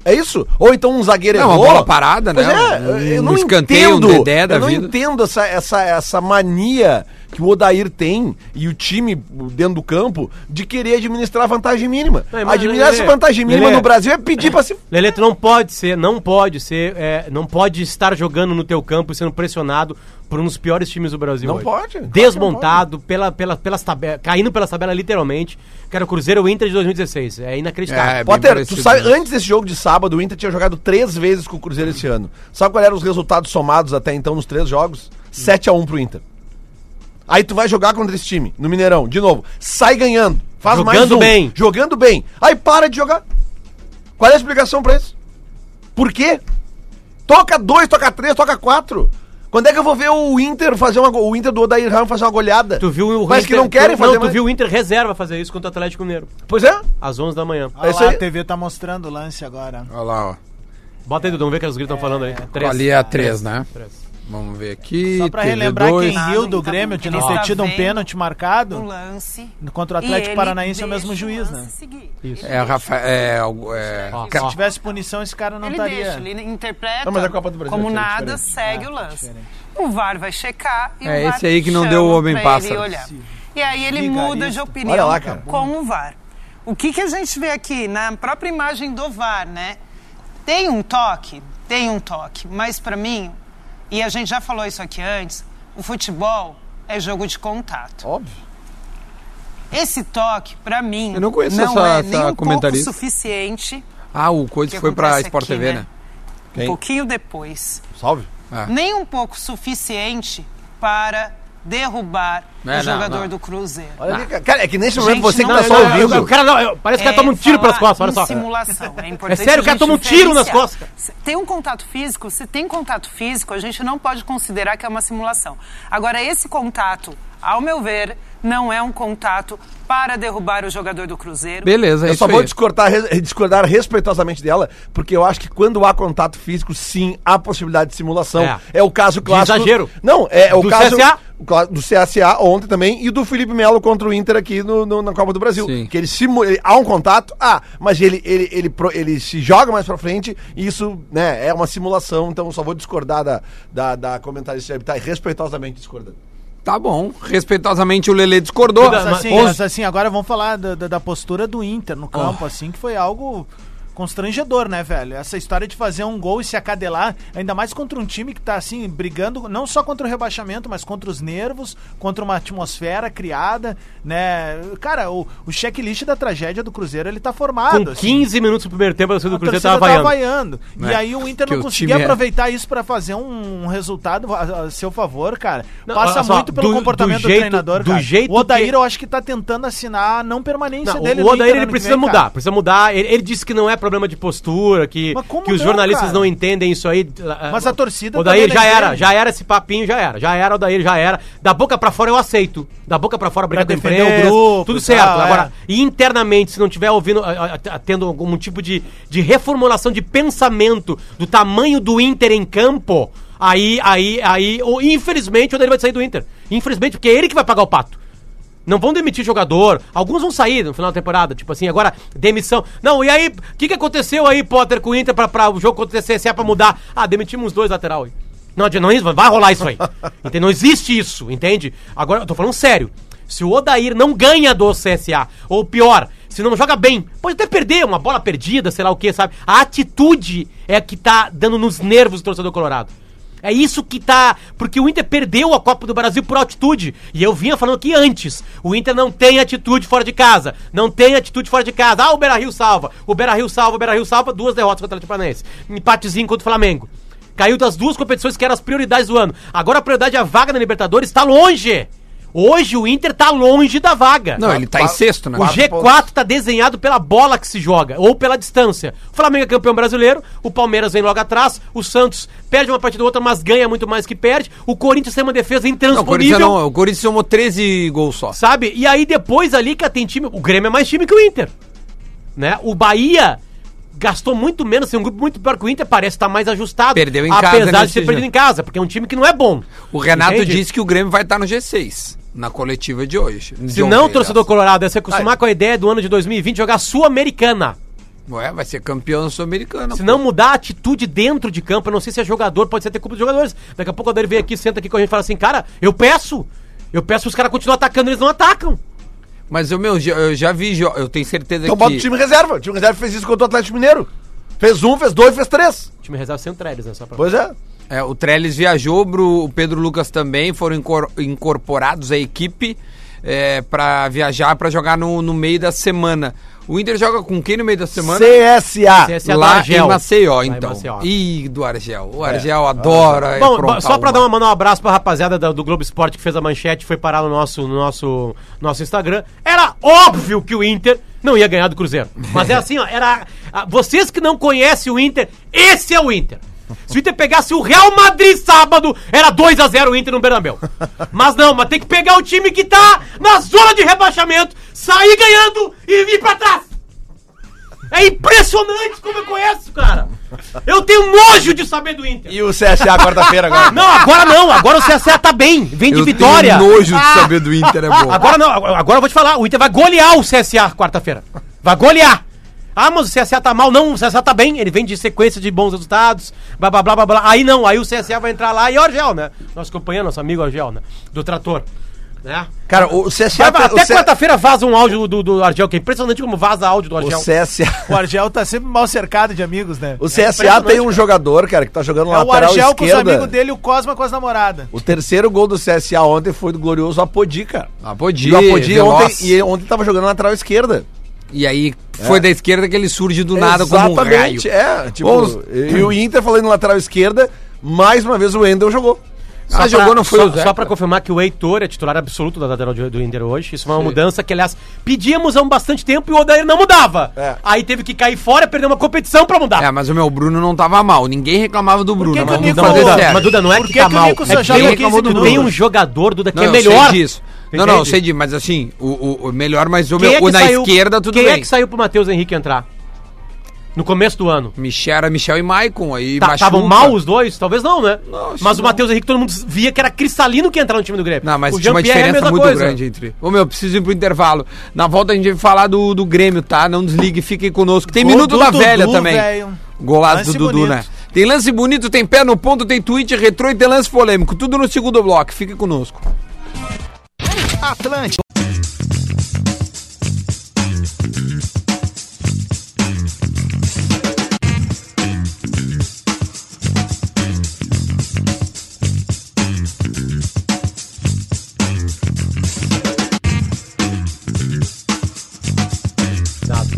C: É isso? Ou então um zagueiro
B: Não, uma bola parada,
C: Pois
B: né?
C: é,
B: Um-
C: eu
B: um
C: não
B: escanteio, um
C: entendo.
B: dedé da
C: eu não
B: vida.
C: entendo essa, essa, essa mania que o Odair tem e o time dentro do campo de querer administrar a vantagem mínima.
E: Não, mas,
C: administrar essa
E: Lelê,
C: vantagem mínima
E: Lelê.
C: no Brasil é pedir pra se
E: Lelê, tu não pode ser, não pode ser, é, não pode estar jogando no teu campo e sendo pressionado por um dos piores times do Brasil.
C: Não
E: hoje.
C: pode, claro que
E: Desmontado, Pela, pela, pelas tabelas, caindo pelas tabelas literalmente. Cara, o Cruzeiro é o Inter de 2016. É inacreditável.
B: É, bem
C: Potter,
B: parecido
C: tu sabe,
B: mesmo.
C: antes desse jogo de sábado, o Inter tinha jogado três vezes com o Cruzeiro esse ano. Sabe qual eram os resultados somados até então nos três jogos? 7x1 pro Inter. Aí tu vai jogar contra esse time, no Mineirão, de novo. Sai ganhando. Faz mais
E: Jogando
C: um.
E: bem.
C: Jogando bem. Aí para de jogar. Qual é a explicação pra isso? Por quê? Toca dois, toca três, toca quatro. Quando é que eu vou ver o Inter fazer uma go- o Inter do Odair Ramos fazer uma goleada?
E: Tu viu o
C: É, Mas que não querem
E: tu,
C: fazer
E: Não, tu
C: mais.
E: viu o Inter reserva fazer isso contra o Atlético Mineiro.
C: Pois é.
E: Às 11 da manhã.
D: Olha
C: Esse
D: lá,
C: aí-
D: a TV tá mostrando o lance agora.
B: Olha lá, ó.
E: Bota aí, Dudu, vamos ver o que eles gritam falando aí. Três.
B: Ali é a 3, né?
E: Três.
B: Vamos ver aqui.
D: Só pra
B: TV
D: relembrar
B: dois.
D: quem riu
A: Tá
D: do Grêmio de não ter tido um pênalti marcado
A: um lance.
D: contra o
A: e
D: Atlético
A: ele
D: Paranaense é o
A: deixa
D: mesmo juiz,
A: lance
D: né?
A: seguir.
E: Isso.
B: É, Rafa... é, algo- é,
E: Ó,
B: Ca-
D: Se tivesse punição, esse cara não
A: Ele deixa,
D: estaria.
A: ele interpreta
C: Não, mas a Copa do Brasil
A: como
C: é diferente,
A: nada,
C: diferente.
D: Ah,
A: segue o lance. O VAR vai checar e
B: É
A: o VAR
B: esse aí que não
A: chama
B: deu o homem
A: pra
B: pássaro.
A: ele olhar. E aí ele
D: Vigarista.
A: muda de opinião
C: Olha lá, cara.
A: com o VAR. O que, que a gente vê aqui na própria imagem do VAR, né? Tem um toque, tem um toque, mas pra mim, e a gente já falou isso aqui antes, o futebol é jogo de contato.
C: Óbvio.
A: Esse toque, pra mim,
B: Eu não conheço essa-
A: é
B: essa
A: nem um pouco
B: comentarista.
A: suficiente.
B: Ah, o Coisa
A: que
B: foi pra
A: acontece
B: Sport
A: aqui,
B: TV, né?
A: né? Um pouquinho depois.
C: Salve.
A: Nem um pouco suficiente para derrubar
B: É,
A: o
B: não,
A: jogador
B: não.
A: do Cruzeiro.
C: Olha ali, cara. cara, é que nesse momento
A: Gente,
C: você que
A: não
C: tá
A: é
C: só
A: nada.
C: ouvindo.
E: O cara não, eu- parece
A: É,
E: que o cara toma um tiro
A: Falar
E: pelas costas, olha
A: em
E: só.
A: Simulação. É, importante
E: É sério, o cara
A: a gente
E: toma um tiro nas
A: diferenciar.
E: costas.
A: Se Tem um contato físico, se tem contato físico, a gente não pode considerar que é uma simulação. Agora, esse contato, ao meu ver, não é um contato para derrubar o jogador do Cruzeiro.
B: Beleza, é
C: Eu
B: isso
C: só vou
B: aí.
C: discordar, res- discordar respeitosamente dela, porque eu acho que quando há contato físico, sim, há possibilidade de simulação.
E: É.
C: É, o caso clássico.
E: exagero.
C: Não, é, é o
E: Do
C: caso
E: CSA?
C: o cla- do CSA ontem também e do Felipe Melo contra o Inter aqui no, no- na Copa do Brasil.
B: Sim.
C: Que ele simula. ele- há um contato, ah, mas ele, ele, ele, pro- ele se joga mais pra frente e isso né, é uma simulação, então eu só vou discordar da, da, da comentarista de arbitragem, respeitosamente discordando.
B: Tá bom. Respeitosamente o Lelê discordou.
D: Mas assim,
B: Onze-
D: mas assim, agora vamos falar da, da- da postura do Inter no campo, assim, que foi algo constrangedor, né, velho? Essa história de fazer um gol e se acadelar, ainda mais contra um time que tá, assim, brigando não só contra o rebaixamento, mas contra os nervos, contra uma atmosfera criada, né? Cara, o, o checklist da tragédia do Cruzeiro, ele tá formado,
E: Com
D: assim.
E: 15 minutos do primeiro tempo, a torcida do
D: A
E: Cruzeiro
D: torcida
E: tava
D: tá
E: vaiando.
D: vaiando.
E: Né?
D: E
B: É,
D: aí o Inter
B: porque
D: não
B: o
D: conseguia
B: time é-
D: aproveitar isso pra fazer um, um resultado a, a seu favor, cara.
E: Não,
D: Passa
E: olha só,
D: muito pelo
E: do-
D: comportamento
E: do
D: do,
E: jeito-
D: treinador,
E: do
D: cara.
E: jeito
D: o Odair,
E: que-
D: eu acho que tá tentando assinar a não permanência
E: Não,
D: dele.
E: o
D: no
E: Odair
D: Inter
E: ele
D: ano que
E: precisa
D: vem,
E: mudar,
D: cara.
E: precisa mudar. Ele, ele disse que não é problema de postura, que,
D: Mas como
E: que os
D: não,
E: jornalistas
D: cara?
E: não entendem isso aí. ah,
D: Mas a torcida
E: Odair
D: também
E: já
D: não
E: era,
D: entende.
E: já era esse papinho, já era. Já era, Odair já era. Da boca pra fora eu aceito. Da boca pra fora brigar com a
D: defender o
E: empresa,
D: grupo
E: tudo
D: e
E: certo.
D: tal,
E: Agora,
D: é.
E: e internamente, se não tiver ouvindo, ah, ah, tendo algum tipo de, de reformulação de pensamento do tamanho do Inter em campo, aí, aí, aí, ou, infelizmente, o Odair vai sair do Inter. Infelizmente, porque é ele que vai pagar o pato. Não vão demitir jogador. Alguns vão sair no final da temporada. Tipo assim, agora, demissão. Não, e aí, o que, que aconteceu aí, Potter, com o Inter pra, pra o jogo contra o CSE pra mudar? Ah, demitimos dois lateral *laughs* aí. Não, adianta, não isso, vai rolar isso aí. entende? Não existe isso, entende? Agora, eu tô falando sério. Se o Odair não ganha do CSA, ou pior, se não joga bem, pode até perder, uma bola perdida, sei lá o que, sabe? A atitude é a que tá dando nos nervos do torcedor colorado. É isso que tá. Porque o Inter perdeu a Copa do Brasil por altitude. E eu vinha falando aqui antes. O Inter não tem atitude fora de casa. Não tem atitude fora de casa. Ah, o Beira Rio salva. O Beira Rio salva, o Beira Rio salva. Duas derrotas contra o Atlético Paranaense. Empatezinho contra o Flamengo. Caiu das duas competições que eram as prioridades do ano. Agora a prioridade é a vaga na Libertadores. Tá longe. Hoje o Inter tá longe da vaga.
B: Não, ele tá em sexto, né?
E: O G4 tá desenhado pela bola que se joga, ou pela distância. O Flamengo é campeão brasileiro, o Palmeiras vem logo atrás, o Santos perde uma partida ou outra, mas ganha muito mais que perde. O Corinthians tem uma defesa
B: Não, o Corinthians é
E: intransponível,
B: não, o Corinthians somou 13 gols só.
E: sabe? E aí depois ali que tem time, o Grêmio é mais time que o Inter. Né? O Bahia gastou muito menos, tem um grupo muito pior que o Inter, parece estar mais ajustado.
B: Perdeu em
E: apesar
B: casa
E: Apesar de
B: nesse
E: ter perdido
B: jogo.
E: em casa, porque é um time que não é bom.
B: O Renato
E: Entende?
B: disse que o Grêmio vai estar no G6 na coletiva de né? hoje.
E: Se não, o torcedor colorado ia se acostumar com a ideia do ano de 2020 jogar Sul-Americana.
B: Ué, vai ser campeão sul-americano.
E: Se
B: pô.
E: não mudar a atitude dentro de campo, eu não sei se é jogador, pode ser até culpa dos jogadores. Daqui a pouco o Adair vem aqui, senta aqui com a gente e fala assim, cara, eu peço. Eu peço que os caras continuem atacando, eles não atacam.
B: Mas eu, meu, já- eu já vi, jo- eu tenho certeza
C: Então
B: que.
C: bota o time reserva. O time reserva fez isso contra o Atlético Mineiro. Fez um, fez dois, fez três.
E: O time reserva sem o Trellis, né? Só pra...
C: Pois é.
B: É, o Trellis viajou, bro- o Pedro Lucas também foram incor- incorporados à equipe é, para viajar, para jogar no, no meio da semana. O Inter joga com quem no meio da semana?
C: CSA.
E: CSA do
B: Lá
E: Argel.
B: em Maceió,
E: é Lá em
B: então.
E: Maceió. É. Ah,
B: Ih, do Argel. O Argel adora.
E: Bom,
B: aprontar
E: só pra
B: uma.
E: dar uma, mandar um abraço pra rapaziada da- do Globo Esporte que fez a manchete, foi parar no nosso, no nosso, nosso Instagram. Era óbvio que o Inter não ia ganhar do Cruzeiro.
B: *laughs*
E: Mas é assim, ó, era. ah, Vocês que não conhecem o Inter, esse é o Inter. Se o Inter pegasse o Real Madrid sábado, era 2 a 0 o Inter no Bernabéu. Mas não, mas tem que pegar o time que tá na zona de rebaixamento, sair ganhando e vir pra trás. É impressionante como eu conheço, cara. Eu tenho nojo de saber do Inter.
C: E o CSA quarta-feira agora.
E: Não, agora não. Agora o CSA tá bem. Vem de
B: Eu
E: vitória.
B: tenho nojo de saber do Inter, é bom.
E: Agora não. agora- Agora eu vou te falar. O Inter vai golear o CSA quarta-feira. Vai golear. Ah, mas o CSA tá mal. Não, o CSA tá bem. Ele vem de sequência de bons resultados. Blá, blá, blá, blá, blá. Aí não. Aí o CSA vai entrar lá. E o Argel, né? Nosso companheiro, nosso amigo Argel, né? Do Trator. Né?
C: *laughs* Cara, o CSA.
E: Vai- vai-
C: o
E: até
C: C-
E: quarta-feira vaza um áudio do, do Argel, que é impressionante como vaza áudio do
C: O
E: Argel.
C: CSA. *laughs*
D: O Argel tá sempre mal cercado de amigos, né?
C: O CSA tem um jogador, cara, que tá jogando
D: É o
C: lateral
D: Argel com os amigos
C: esquerda.
D: dele e o Cosma com as namoradas.
C: O terceiro gol do CSA ontem foi do glorioso Apodi, cara.
B: Apodi,
C: E o Apodi
B: Ah, Veloz.
C: ontem, e ontem tava jogando lateral esquerda.
B: E aí
E: É.
B: foi da esquerda que ele surge do nada como um raio.
C: Exatamente, é. Tipo,
B: Bom,
C: e o Inter falando lateral esquerda, mais uma vez o Wendel jogou.
B: Só
E: Só
B: Ah, jogou,
E: pra-
B: não foi
E: só,
B: o Zé.
E: Só pra confirmar que o Heitor é titular absoluto da lateral de- do Inter hoje. Isso foi uma mudança que, aliás, pedíamos há um bastante tempo e o Odair não mudava.
C: É.
E: Aí teve que cair fora, perder uma competição pra mudar.
B: É, mas o meu Bruno não tava mal. Ninguém reclamava do Bruno.
D: que que o
B: vamos
D: Nico-
B: fazer
D: Duda,
B: certo.
E: mas Duda, não é
D: Por
E: que,
D: que
E: tá
D: que o
E: mal.
D: Nico
E: é que
D: joga 15
E: tem, tu tem um
D: minutos?
E: jogador, Duda, que
B: Não,
E: é
B: eu
E: melhor.
B: sei disso. Não, não, eu
E: Entende?
B: sei disso, mas assim, o, o, o melhor, mas o,
E: Quem
B: meu,
E: é que
B: o na
E: saiu-
B: esquerda tudo
E: Quem
B: bem.
E: é que saiu pro Matheus Henrique entrar? No começo do ano.
B: Michel era Michel e Maicon, aí
E: Tá-
B: machuca.
E: Estavam mal os dois? Talvez não, né?
B: Não, acho
E: mas
B: que
E: o Matheus Henrique todo mundo via que era cristalino que ia entrar no time do Grêmio.
B: Não, mas
E: o
B: tinha uma
E: Jean-Pierre é a
B: diferença
E: mesma
B: muito
E: coisa.
B: grande entre... Ô, meu, preciso ir pro intervalo. Na volta a gente vai falar do, do Grêmio, tá? Não desligue, fiquem conosco. Tem
D: Gol
B: Minuto
D: do
B: da
D: Dudu,
B: Velha também.
D: velho.
B: Golaço do
D: Lance
B: Dudu,
D: bonito.
B: né? Tem lance bonito, tem pé no ponto, tem tweet, retrô e tem lance polêmico. Tudo no segundo bloco. Fique conosco.
F: Atlântico.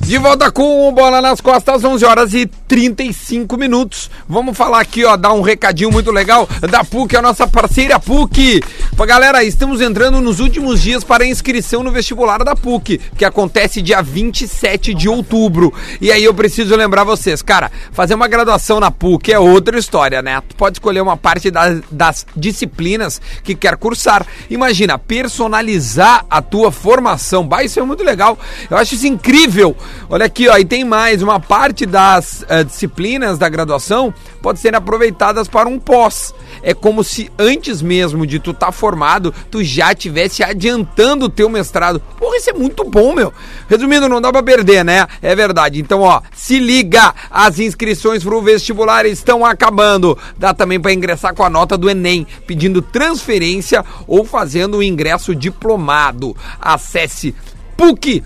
B: De volta com o Bola nas Costas, 11 horas e 35 minutos. Vamos falar aqui, ó, dar um recadinho muito legal da PUC, a nossa parceira PUC. Galera, estamos entrando nos últimos dias para a inscrição no vestibular da PUC, que acontece dia 27 de outubro. E aí eu preciso lembrar vocês, cara, fazer uma graduação na PUC é outra história, né? Tu pode escolher uma parte da- das disciplinas que quer cursar. Imagina, personalizar a tua formação. Bah, isso é muito legal. Eu acho isso incrível. Olha aqui, ó, e tem mais. Uma parte das eh, disciplinas da graduação pode ser aproveitadas para um pós. É como se antes mesmo de tu estar formando formado, tu já tivesse adiantando o teu mestrado. Porra, isso é muito bom, meu. Resumindo, não dá pra perder, né? É verdade. Então, ó, se liga, as inscrições pro vestibular estão acabando. Dá também pra ingressar com a nota do Enem, pedindo transferência ou fazendo o ingresso diplomado. Acesse pucrs.br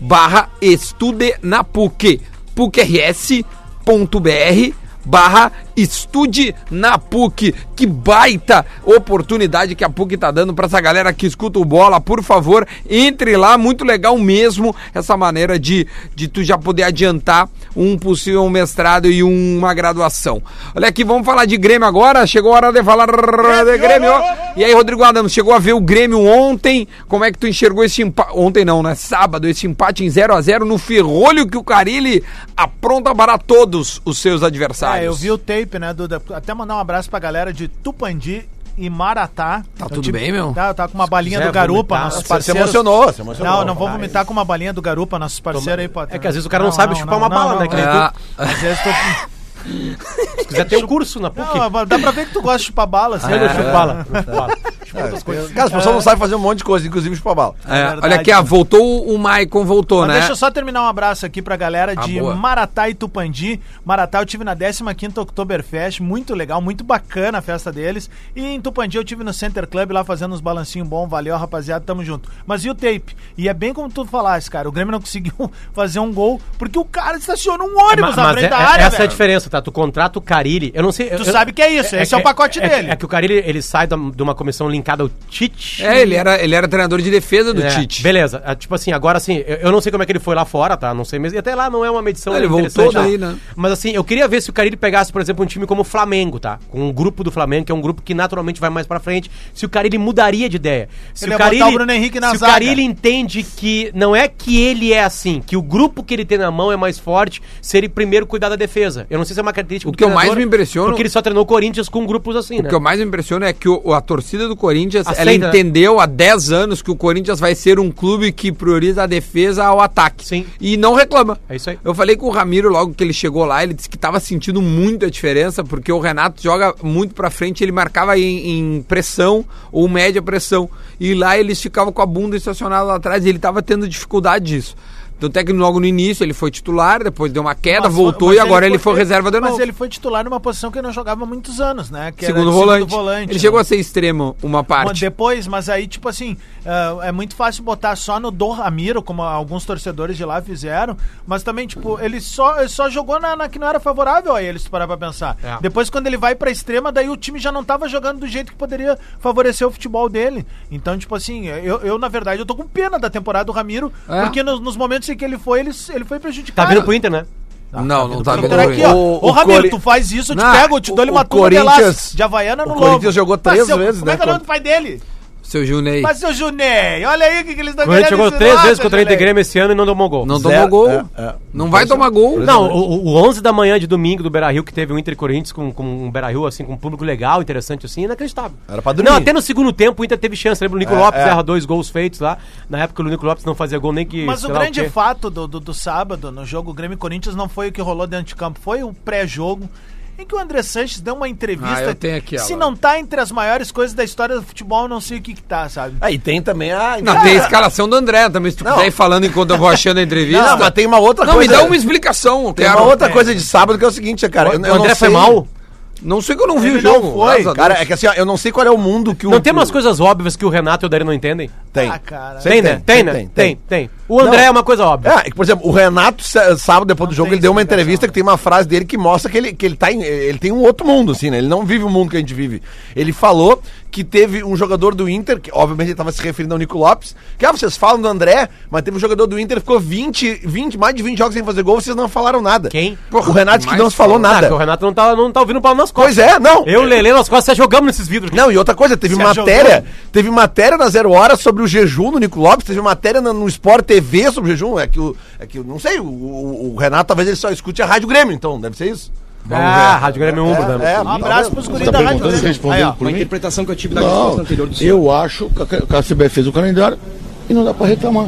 B: barra estude na PUC. pucrs.br barra estude na PUC. Que baita oportunidade que a PUC tá dando para essa galera que escuta o Bola. Por favor, entre lá. Muito legal mesmo essa maneira de, de tu já poder adiantar um possível mestrado e uma graduação. Olha aqui, vamos falar de Grêmio agora. Chegou a hora de falar de Grêmio. E aí, Rodrigo Adams, chegou a ver o Grêmio ontem. Como é que tu enxergou esse empate? Ontem não, né? Sábado, esse empate em 0 a 0 no ferrolho que o Carilli apronta para todos os seus adversários.
D: É, eu vi o tape, né, Duda? Até mandar um abraço pra galera de Tupandi e Maratá.
B: Tá
D: Eu
B: tudo
D: tive-
B: bem, meu?
D: Tá, tá com uma balinha
E: quiser
D: do Garupa,
E: vomitar,
D: nossos
E: você-
C: Você
D: parceiros.
C: emocionou, você emocionou.
D: Não, não vou vomitar com uma balinha do Garupa, nossos parceiros aí, Potter.
E: É que às vezes o cara não sabe chupar uma bala, né, Um que nem
B: Ah,
D: Às vezes
E: *laughs*
D: tô...
E: Se quiser ter um curso na PUC.
D: Não, dá pra ver que tu gosta de chupar bala, assim.
E: Eu não chupo Ah, é, bala. não chupo bala.
C: Cara, as
D: É.
C: pessoas não sabem fazer um monte de coisa, inclusive chupar bala.
B: é,
D: verdade,
B: olha aqui, ah, voltou o Maicon, voltou,
D: Mas
B: né?
D: deixa eu só terminar um abraço aqui pra galera
B: Ah,
D: de
B: boa.
D: Maratá e Tupandi. Maratá eu tive na 15ª Oktoberfest, muito legal, muito bacana a festa deles. E em Tupandi eu tive no Center Club lá fazendo uns balancinhos bons, valeu rapaziada, tamo junto. Mas e o tape? E é bem como tu falaste, cara, o Grêmio não conseguiu *laughs* fazer um gol porque o cara estacionou um ônibus
E: Mas,
D: na
E: mas
D: frente
E: é-
D: da
E: é-
D: área,
E: essa é a
D: velho.
E: diferença, tá? Tu contrata o Carilli. Eu não sei.
D: Tu sabe que é isso, esse é o pacote
E: que-
D: dele.
E: É que o Carilli ele sai da- de uma comissão linkada ao Tite.
B: É, ele era, ele era treinador de defesa do
E: É,
B: Tite.
E: Beleza. Ah, Tipo assim, agora assim, eu, eu não sei como é que ele foi lá fora, tá? Não sei mesmo. E até lá não é uma medição
B: Ele
E: interessante,
B: voltou daí,
E: tá?
B: né?
E: Mas assim, eu queria ver se o Carilli pegasse, por exemplo, um time como o Flamengo, tá? Com um grupo do Flamengo, que é um grupo que naturalmente vai mais pra frente, se o Carilli mudaria de ideia. Se
D: Ele
E: o
D: ia botar
E: Carilli,
D: o Bruno Henrique na
E: se
D: zaga.
E: o Carilli entende que não é que ele é assim, que o grupo que ele tem na mão é mais forte, se ele primeiro cuidar da defesa. Eu não sei se é uma característica
B: O
E: do
B: que eu mais
E: treinador,
B: me impressiono-
E: Porque ele só treinou o Corinthians com grupos assim,
B: O
E: né?
B: que eu mais me impressiona é que o- a torcida do Corinthians, ela
E: Aceita, né?
B: entendeu há 10 anos que o Corinthians vai ser um clube que prioriza a defesa ao ataque.
E: Sim.
B: E não reclama.
E: É isso aí.
B: Eu falei com o Ramiro logo que ele chegou lá, ele disse que tava sentindo muito a diferença, porque o Renato joga muito pra frente, ele marcava em, em pressão ou média pressão. E lá eles ficavam com a bunda estacionada lá atrás, e ele tava tendo dificuldade disso. Então, até que logo no início ele foi titular, depois deu uma queda,
D: Mas foi-
B: voltou
D: mas
B: e agora ele foi, reserva de
D: mas
B: novo.
D: ele foi titular numa posição que ele não jogava há muitos anos, né? Que era
B: segundo,
D: de
B: volante.
D: volante.
B: Ele chegou
D: né?
B: a ser extremo uma
D: Bom,
B: parte.
D: depois, mas aí, tipo assim, ah, é muito fácil botar só no do Ramiro, como alguns torcedores de lá fizeram, mas também, tipo, ele só, ele só jogou na, na que não era favorável a ele, se tu parar pra pensar.
E: É.
D: Depois, quando ele vai pra extrema, daí o time já não tava jogando do jeito que poderia favorecer o futebol dele. Então, tipo assim, eu, eu, na verdade, eu tô com pena da temporada do Ramiro,
B: É.
D: porque nos, nos momentos em que ele foi, ele, ele foi
E: Tá
D: prejudicado.
E: vindo pro Inter, né?
C: Ah,
B: não, não tá
D: Então, aqui, ó. Ô, Ramiro, tu faz isso, eu te
B: Não,
D: pego, eu te dou-lhe
C: o-
D: uma
C: o
D: turma de
C: Corinthians-
D: laço, de Havaiana no
C: o
D: lobo.
C: Corinthians jogou três
D: seu-
C: vezes,
D: como é
C: né,
D: que é o nome
C: contra-
D: do pai dele?
B: Seu Junei.
D: Mas seu Junei, olha aí o que, que eles estão
E: O Inter jogou três vezes contra o Inter
D: Inter
E: Grêmio esse ano e não tomou gol.
B: Não
C: Zero,
B: tomou gol.
C: é, é.
B: Não vai tomar gol.
C: assim,
E: Não, o, o 11 da manhã de domingo do Beira-Rio, que teve o Inter e Corinthians com, com um Beira-Rio, assim, com um público legal, interessante, assim, inacreditável.
C: Era pra dormir.
E: Não, até no segundo tempo o Inter teve chance, lembra? O Nico Lopes
C: é.
E: erra dois gols feitos lá. Na época o Nico Lopes não fazia gol nem que,
D: Mas o
E: sei lá
D: grande
E: quê.
D: fato do, do, do sábado, no jogo Grêmio e Corinthians, não foi o que rolou dentro de campo, foi o pré-jogo. Em que o André Sanches deu uma
B: Ah,
D: entrevista.
B: eu tenho aqui, ó.
D: se não tá entre as maiores coisas da história do futebol, eu não sei o que, que tá, sabe?
C: Aí É, tem também a.
B: Não, tem a escalação do André também. Se tu quiser ir falando enquanto eu vou achando a entrevista.
C: Não, mas tem uma outra
B: Não, me
C: coisa.
B: dá uma explicação. eu
C: Tem
B: quero.
C: uma outra coisa de sábado que é o seguinte, cara.
E: um O,
C: eu- eu
E: André
C: não
E: foi
C: sei-
E: mal?
B: Não sei que eu não vi
D: Ele
B: o jogo.
D: não foi,
B: graças a Deus.
C: Cara, é que assim, ó, eu não sei qual é o mundo que o.
E: Não tem
C: que
E: umas
C: o-
E: coisas óbvias que o Renato e o Dari não entendem?
C: Tem.
D: Ah, cara.
C: Sempre
E: Tem, né? Tem, né?
C: sempre
E: Tem, tem. O André
C: Não.
E: é uma coisa óbvia.
C: É, é que, por exemplo, o Renato, sá- sábado, depois do jogo,
D: tem
C: ele deu uma
D: explicação,
C: entrevista que tem uma frase dele que mostra que ele, que ele, tá em- ele tem um outro mundo, assim, né? Ele não vive o mundo que a gente vive. Ele falou que teve um jogador do Inter, que obviamente ele estava se referindo ao Nico Lopes, que, ah, vocês falam do André, mas teve um jogador do Inter que ficou 20, 20, mais de 20 jogos sem fazer gol, vocês não falaram nada.
E: Quem?
C: o Renato disse que não se falou
E: Ah, porque
C: nada.
E: o Renato não tá, não tá ouvindo o pau nas costas.
C: Pois é, não.
E: Eu, Lele, nós quase já jogamos nesses vidros.
C: Não, e outra coisa, teve
D: Se
C: matéria, teve matéria na Zero Hora sobre o jejum do Nico Lopes, teve matéria na- no Sport TV sobre o jejum, é que o, é que, o- não sei, o, o- o Renato talvez ele só escute a Rádio Grêmio, então, deve ser isso.
E: Ah, Rádio Grêmio
C: É,
E: Umbro, né?
D: Um abraço pros
G: Tá
D: guris da rádio.
H: tá perguntando e
D: né?
H: respondendo
D: ó.
H: por
G: Uma
H: mim?
G: interpretação que eu tive da
H: Não,
G: resposta anterior do senhor.
H: eu acho que a que a CBF fez o calendário e não dá para reclamar.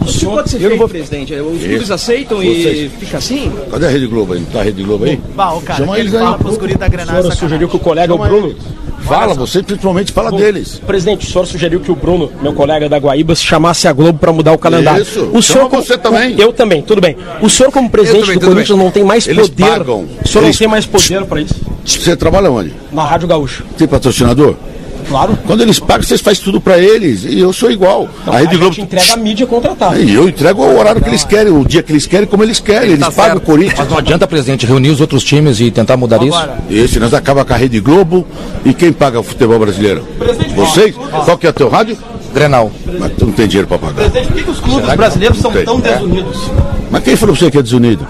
H: O que pode ser feito, presidente? Os clubes aceitam e fica assim?
G: Cadê a Rede Globo aí? Não tá a Rede Globo aí?
D: Bah, o cara,
G: Chama
D: que ele
G: eles aí.
D: fala pros guris da
H: O
D: Grenada.
H: senhor sugeriu que o colega, o Bruno.
G: Fala, você principalmente fala deles.
H: Presidente, o senhor sugeriu que o Bruno, meu colega da Guaíba, se chamasse a Globo para mudar o calendário.
G: Isso.
H: O senhor,
G: Chama
H: como-
G: você também.
H: Eu também, tudo bem. O senhor, como presidente
B: também,
H: do
B: tudo
H: Corinthians,
B: bem.
H: não tem mais
G: Eles
H: poder.
G: pagam.
H: O senhor
G: Eles-
H: não tem mais poder para isso?
G: Você trabalha onde?
H: Na Rádio Gaúcha.
G: Tem patrocinador?
H: Claro.
G: Quando eles pagam, vocês fazem tudo pra eles. E eu sou igual. a Rede Globo.
H: gente entrega a mídia contratada. é.
G: E eu entrego o horário que eles querem, o dia que eles querem, como eles querem. Eles pagam o Corinthians.
I: Mas não adianta, presidente, reunir os outros times e tentar mudar isso.
G: Esse, nós acaba com a Rede Globo. E quem paga o futebol brasileiro? Vocês? Qual que é o teu rádio?
I: Grenal.
G: Mas tu não tem dinheiro pra pagar.
H: Presidente, por que, que os clubes brasileiros são
G: Tem.
H: tão desunidos?
G: Mas quem falou pra você que é desunido?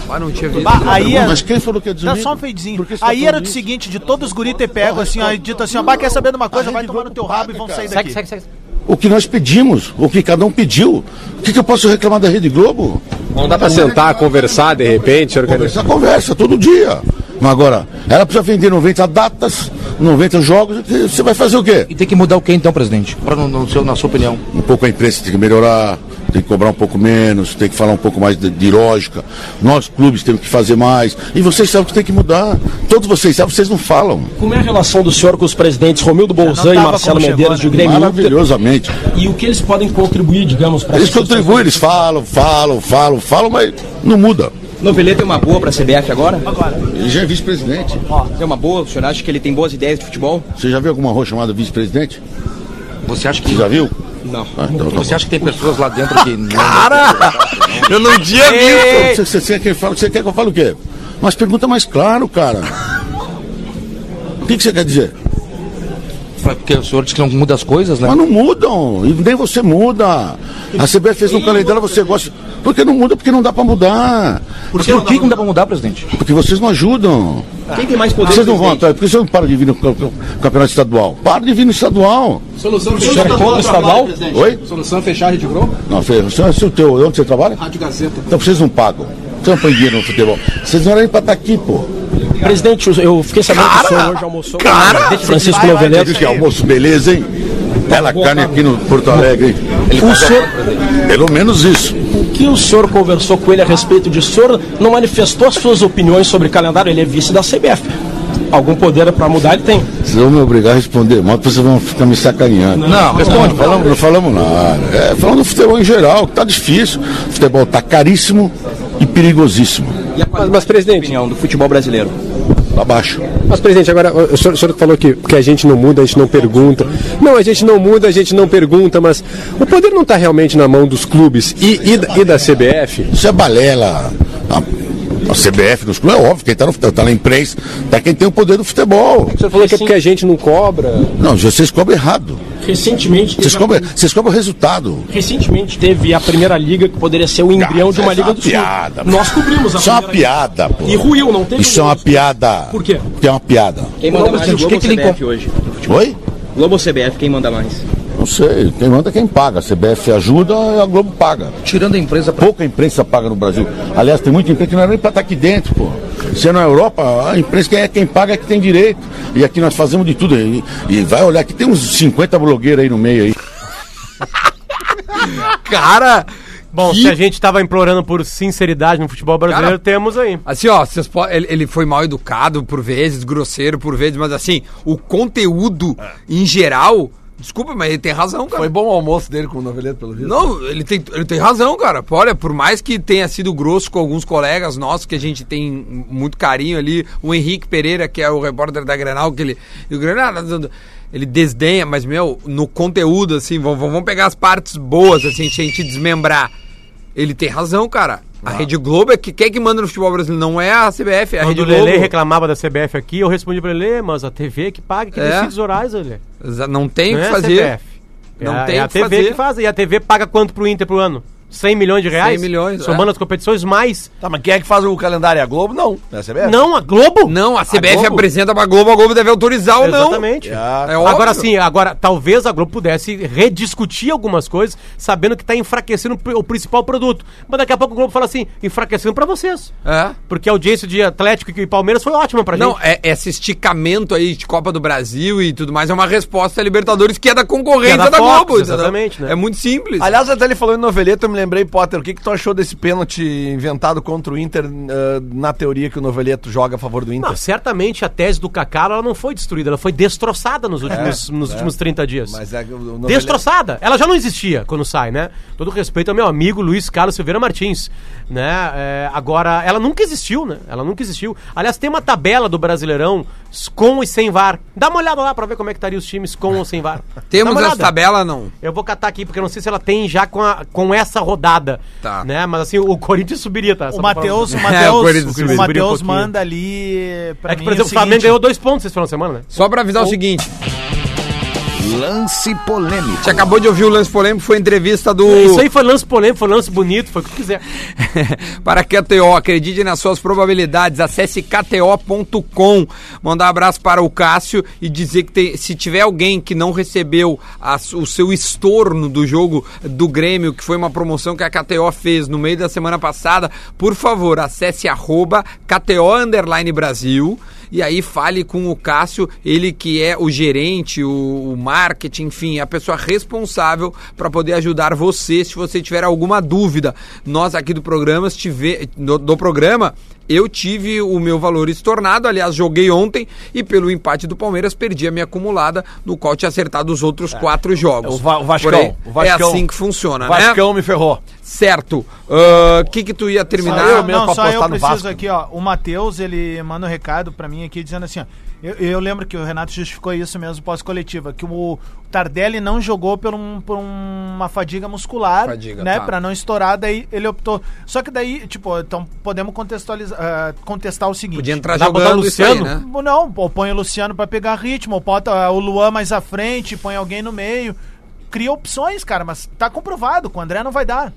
D: Bah, aí é...
G: Mas quem falou que
H: Tá
G: é
D: Dá
G: desunido?
D: só um feidinho.
G: Por que você
D: Aí
G: tá
D: era
G: falando
D: do
G: isso?
D: seguinte, de todos os guri ter pego assim, ó, e dito assim, ó, bah, quer saber de uma coisa? Vai tomar no teu rabo e vão sair
E: Segue,
D: daqui.
E: segue, segue.
G: O que nós pedimos, o que cada um pediu. O que, que eu posso reclamar da Rede Globo?
J: Não dá pra sentar, conversar de repente, organizar.
G: Conversa, conversa, todo dia. Mas agora, ela precisa vender 90 datas, 90 jogos, e você vai fazer o quê?
I: E tem que mudar o que então, presidente? Pra, no, no seu, na sua opinião.
G: Um pouco a imprensa tem que melhorar, tem que cobrar um pouco menos, tem que falar um pouco mais de, de lógica. Nós, clubes, temos que fazer mais. E vocês sabem que tem que mudar. Todos vocês sabem, vocês não falam.
H: Como é a relação do senhor com os presidentes Romildo Bolzan e
D: tava
H: Marcelo
D: como chegou,
H: Medeiros
D: né?
H: do Grêmio Inter?
G: Maravilhosamente.
H: E o que eles podem contribuir, digamos, para
J: É
G: Eles contribuem, eles
I: assim.
G: falam, falam, falam, falam, mas não muda.
H: Novelê tem uma boa para a CBF agora?
G: Ele já é vice-presidente.
H: Tem uma boa? O senhor acha que ele tem boas ideias de futebol?
G: Você já viu alguma rua chamada vice-presidente?
I: Você acha que.
G: Você já viu?
H: Não.
G: Ah, então tá
I: Você
G: bom.
I: acha que tem pessoas lá dentro que. não-
B: Eu não tinha
G: Você, você- você quer, fala- você quer que eu fale o quê? Mas pergunta mais claro, cara. O que, que você quer dizer?
I: Porque o senhor disse que não muda as coisas, né?
G: Mas não mudam, e nem você muda. A CBF fez um calendário, você gosta. Por que não muda? Porque não dá pra mudar.
I: Por que, por que que não dá pra mudar, presidente?
G: Porque vocês não ajudam.
H: Quem tem mais poder?
G: Ah. Vocês não vão
H: presidente?
G: atrás. Por que vocês não param de vir no cam- cam- campeonato estadual? Para de vir no estadual. é
H: Solução fechar o estadual?
G: Oi?
H: Solução fechar a Rede Globo?
G: Não, Fê, você, você, o é teu, onde você trabalha?
H: Rádio Gazeta.
G: Então vocês não pagam. Vocês não põem dinheiro no futebol. Vocês não eram nem pra estar aqui, pô.
H: Presidente, eu fiquei sabendo que o senhor hoje almoçou com o presidente Francisco Novelê.
G: Diz que almoço, beleza, hein? Bela carne aqui no Porto Alegre, hein?
H: O senhor,
G: Pelo menos isso.
H: o que o senhor conversou com ele a respeito disso? O senhor não manifestou as suas opiniões sobre calendário, ele é vice da CBF. Algum poder para mudar ele tem.
G: Vocês vão me obrigar a responder, mas vocês vão ficar me sacaneando.
I: Não,
G: responde. Não falamos, não falamos nada. É, falando do futebol em geral, que tá difícil. O futebol tá caríssimo e perigosíssimo.
J: Mas, mas, presidente,
H: do futebol brasileiro.
G: Tá baixo.
J: mas, presidente, agora o senhor, o senhor falou que, que a gente não muda, a gente não pergunta. Não, a gente não muda, a gente não pergunta, mas o poder não está realmente na mão dos clubes e, e, da- e da CBF?
G: Isso é balela. A, a CBF nos clubes, é óbvio, quem tá, no, futebol, tá na imprensa, tá quem tem o poder do futebol.
J: O senhor falou que é porque a gente não cobra.
G: Não, vocês cobram errado.
H: Recentemente,
G: Vocês
H: teve a-
G: cobram, vocês cobram resultado.
H: recentemente teve a primeira liga que poderia ser o embrião de uma
G: Isso é
H: liga
G: uma
H: do Sul.
G: piada. pô.
H: Nós cobrimos a
G: Isso é uma
H: primeira
G: piada, pô.
H: E ruiu, não teve
G: Isso é uma
H: juízo.
G: piada.
H: Por quê?
G: Porque é uma piada.
H: Quem
I: manda mais,
G: é
I: o Globo ou CBF
H: hoje?
G: Oi?
H: Globo CBF, quem manda mais?
G: Não sei, quem manda é quem paga. A CBF ajuda e a Globo paga.
I: Tirando a empresa.
G: Pouca imprensa paga no Brasil. Aliás, tem muita imprensa que não é nem para estar aqui dentro, pô. Se é na Europa, a imprensa quem, é, quem paga é que tem direito. E aqui nós fazemos de tudo. E, e vai olhar que tem uns 50 blogueiros aí no meio aí.
B: Cara,
E: Bom, se a gente tava implorando por sinceridade no futebol brasileiro,
B: Cara,
E: temos aí.
B: assim, ó, vocês po- ele, ele foi mal educado por vezes, grosseiro por vezes, mas assim, o conteúdo em geral. Desculpa, mas ele tem razão, cara.
K: Foi bom o almoço dele com o noveleiro, pelo visto.
B: Não, ele tem, ele tem razão, cara. Pô, Olha, por mais que tenha sido grosso com alguns colegas nossos, que a gente tem muito carinho ali, o Henrique Pereira, que é o repórter da Grenal, que ele. e o Grenal, ele desdenha, mas, meu, no conteúdo, assim, vamos, vamos vamos pegar as partes boas, assim, se a gente desmembrar. Ele tem razão, cara.
E: Ah.
B: A Rede Globo é que quem é que manda no futebol brasileiro, não é a CBF, é a
E: Quando
B: Rede
E: o
B: Globo.
E: Lele reclamava da CBF aqui, eu respondi pra ele, mas a TV que paga, que
B: É.
E: decide os horários, Lele.
B: Exa- Não tem o
E: Não
B: que
E: é a
B: fazer.
E: CBF.
B: Não
E: é, a-
B: tem
E: é
B: o
E: a
B: que
E: TV
B: fazer.
E: que faz. E a TV paga quanto pro Inter pro ano? 100 milhões de reais?
B: 100 milhões,
E: Somando
B: é.
E: as competições, mais.
C: Tá, mas quem é que faz o calendário? É a Globo? Não. É a CBF?
E: Não, a Globo?
B: Não, a CBF
C: Globo?
B: apresenta pra Globo, a Globo deve autorizar ou não.
E: Exatamente.
B: É óbvio.
E: Agora sim, agora talvez a Globo pudesse rediscutir algumas coisas, sabendo que está enfraquecendo o pri- o principal produto. Mas daqui a pouco o Globo fala assim, enfraquecendo para vocês.
B: É.
E: Porque a audiência de Atlético e Palmeiras foi ótima pra
B: Não,
E: gente.
B: é, esse esticamento aí de Copa do Brasil e tudo mais é uma resposta à Libertadores que é da concorrência
E: Que
B: da,
E: é da Fox,
B: Globo. entendeu?
E: exatamente, né?
B: É muito simples.
C: Aliás, até ele falou em noveleto, eu me lembrei, Potter, o que, que tu achou desse pênalti inventado contra o Inter eh, na teoria que o Noveleto joga a favor do
B: É.
C: Inter?
E: Não, certamente a tese do Kaká ela não foi destruída, ela foi destroçada nos últimos,
C: É,
E: nos
C: é.
E: últimos 30 dias.
C: Mas é que o Noveleto-
E: Destroçada. Ela já não existia quando sai, né? Todo respeito ao meu amigo Luiz Carlos Silveira Martins, né? É, agora, ela nunca existiu, né? Ela nunca existiu. Aliás, tem uma tabela do Brasileirão s- com e sem VAR. Dá uma olhada lá pra ver como é que estariam os times com ou sem
B: *laughs*
E: VAR. Dá
B: Temos
E: uma
B: essa
E: olhada.
B: tabela, não?
E: Eu vou catar aqui, porque eu não sei se ela tem já com, a- com essa rodada.
B: Tá.
E: Né? Mas assim, o Corinthians subiria, tá? Só
D: O
E: pra
D: Matheus,
E: falar.
D: o
B: É, o
D: Matheus,
B: Corinthians
D: o
B: subiu.
D: Matheus
B: Subiu um pouquinho.
D: manda ali pra
E: É que, por exemplo, o
D: seguinte-
E: Flamengo ganhou dois pontos esse final de semana, né?
B: Só pra avisar o seguinte. Lance polêmico. Você acabou de ouvir o lance polêmico, foi entrevista do.
E: É Isso aí foi lance polêmico, foi lance bonito, foi o que tu quiser.
B: *laughs* Para KTO, acredite nas suas probabilidades. Acesse kto.com. Mandar um abraço para o Cássio e dizer que tem- se tiver alguém que não recebeu a su- o seu estorno do jogo do Grêmio, que foi uma promoção que a KTO fez no meio da semana passada, por favor, acesse arroba KTO underline Brasil. E aí fale com o Cássio, ele que é o gerente, o, o marketing, enfim, a pessoa responsável para poder ajudar você se você tiver alguma dúvida. Nós aqui do programa, estive- do, do programa, eu tive o meu valor estornado, aliás, joguei ontem e pelo empate do Palmeiras perdi a minha acumulada, no qual tinha acertado os outros quatro jogos.
C: É. o Va- o Vascão,
B: Porém,
C: o Vascão.
B: É assim que funciona, né?
C: Vascão me ferrou.
B: Certo. O que que tu ia terminar?
D: Só eu, não, só eu
C: no
D: preciso
C: Vasco.
D: aqui, ó. O Matheus, ele manda um recado pra mim aqui dizendo assim, ó. Eu, eu lembro que o Renato justificou isso mesmo pós-coletiva, que o Tardelli não jogou por, um- por uma fadiga muscular,
B: Fadiga,
D: né?
B: tá.
D: Pra não estourar, daí ele optou. Só que daí, tipo, então podemos contextualizar, ah, contestar o seguinte.
B: Podia entrar
E: Dá pra botar
B: jogando
E: o
B: isso aí,
E: Luciano?
B: né?
D: Bom, Não, ou põe o Luciano pra pegar ritmo, ou bota ah, o Luan mais à frente, põe alguém no meio. Cria opções, cara, mas tá comprovado, com o André não vai dar.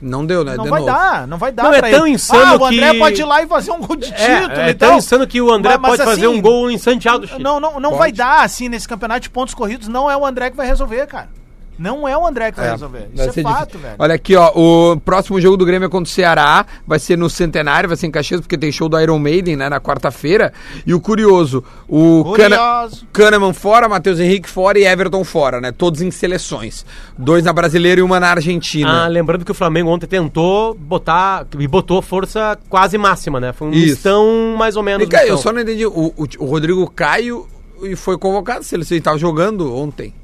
B: Não deu, né?
D: Não
B: De
D: vai
B: novo.
D: dar, não vai dar
E: Não, é
D: pra
E: tão
D: ele.
E: insano
D: ah, o André
E: que-
D: pode ir lá e fazer um gol de título
E: É, é
D: e tal.
E: tão insano que o André
D: então, Mas- mas
E: pode fazer
D: assim,
E: um gol em Santiago. Chico.
D: Não, não, não
B: Pode.
D: vai dar, assim, nesse campeonato de pontos corridos, não é o André que vai resolver, cara. Não é o André que vai
B: É,
D: resolver.
B: vai
D: Isso
B: ser
D: é fato,
B: difícil.
D: velho.
B: Olha aqui, ó, o próximo jogo do Grêmio é contra o Ceará, vai ser no Centenário, vai ser em Caxias, porque tem show do Iron Maiden, né, na quarta-feira. E o curioso, o Cana
D: Curioso.
B: Kahneman fora, Matheus Henrique fora e Everton fora, né, todos em seleções. Dois na Brasileira e uma na Argentina.
E: Ah, lembrando que o Flamengo ontem tentou botar, e botou força quase máxima, né? Foi um
B: Isso.
E: mistão mais ou menos.
B: Vem cá, eu
E: mistão.
B: só não entendi, o, o- o Rodrigo Caio e foi convocado, se ele estava jogando ontem.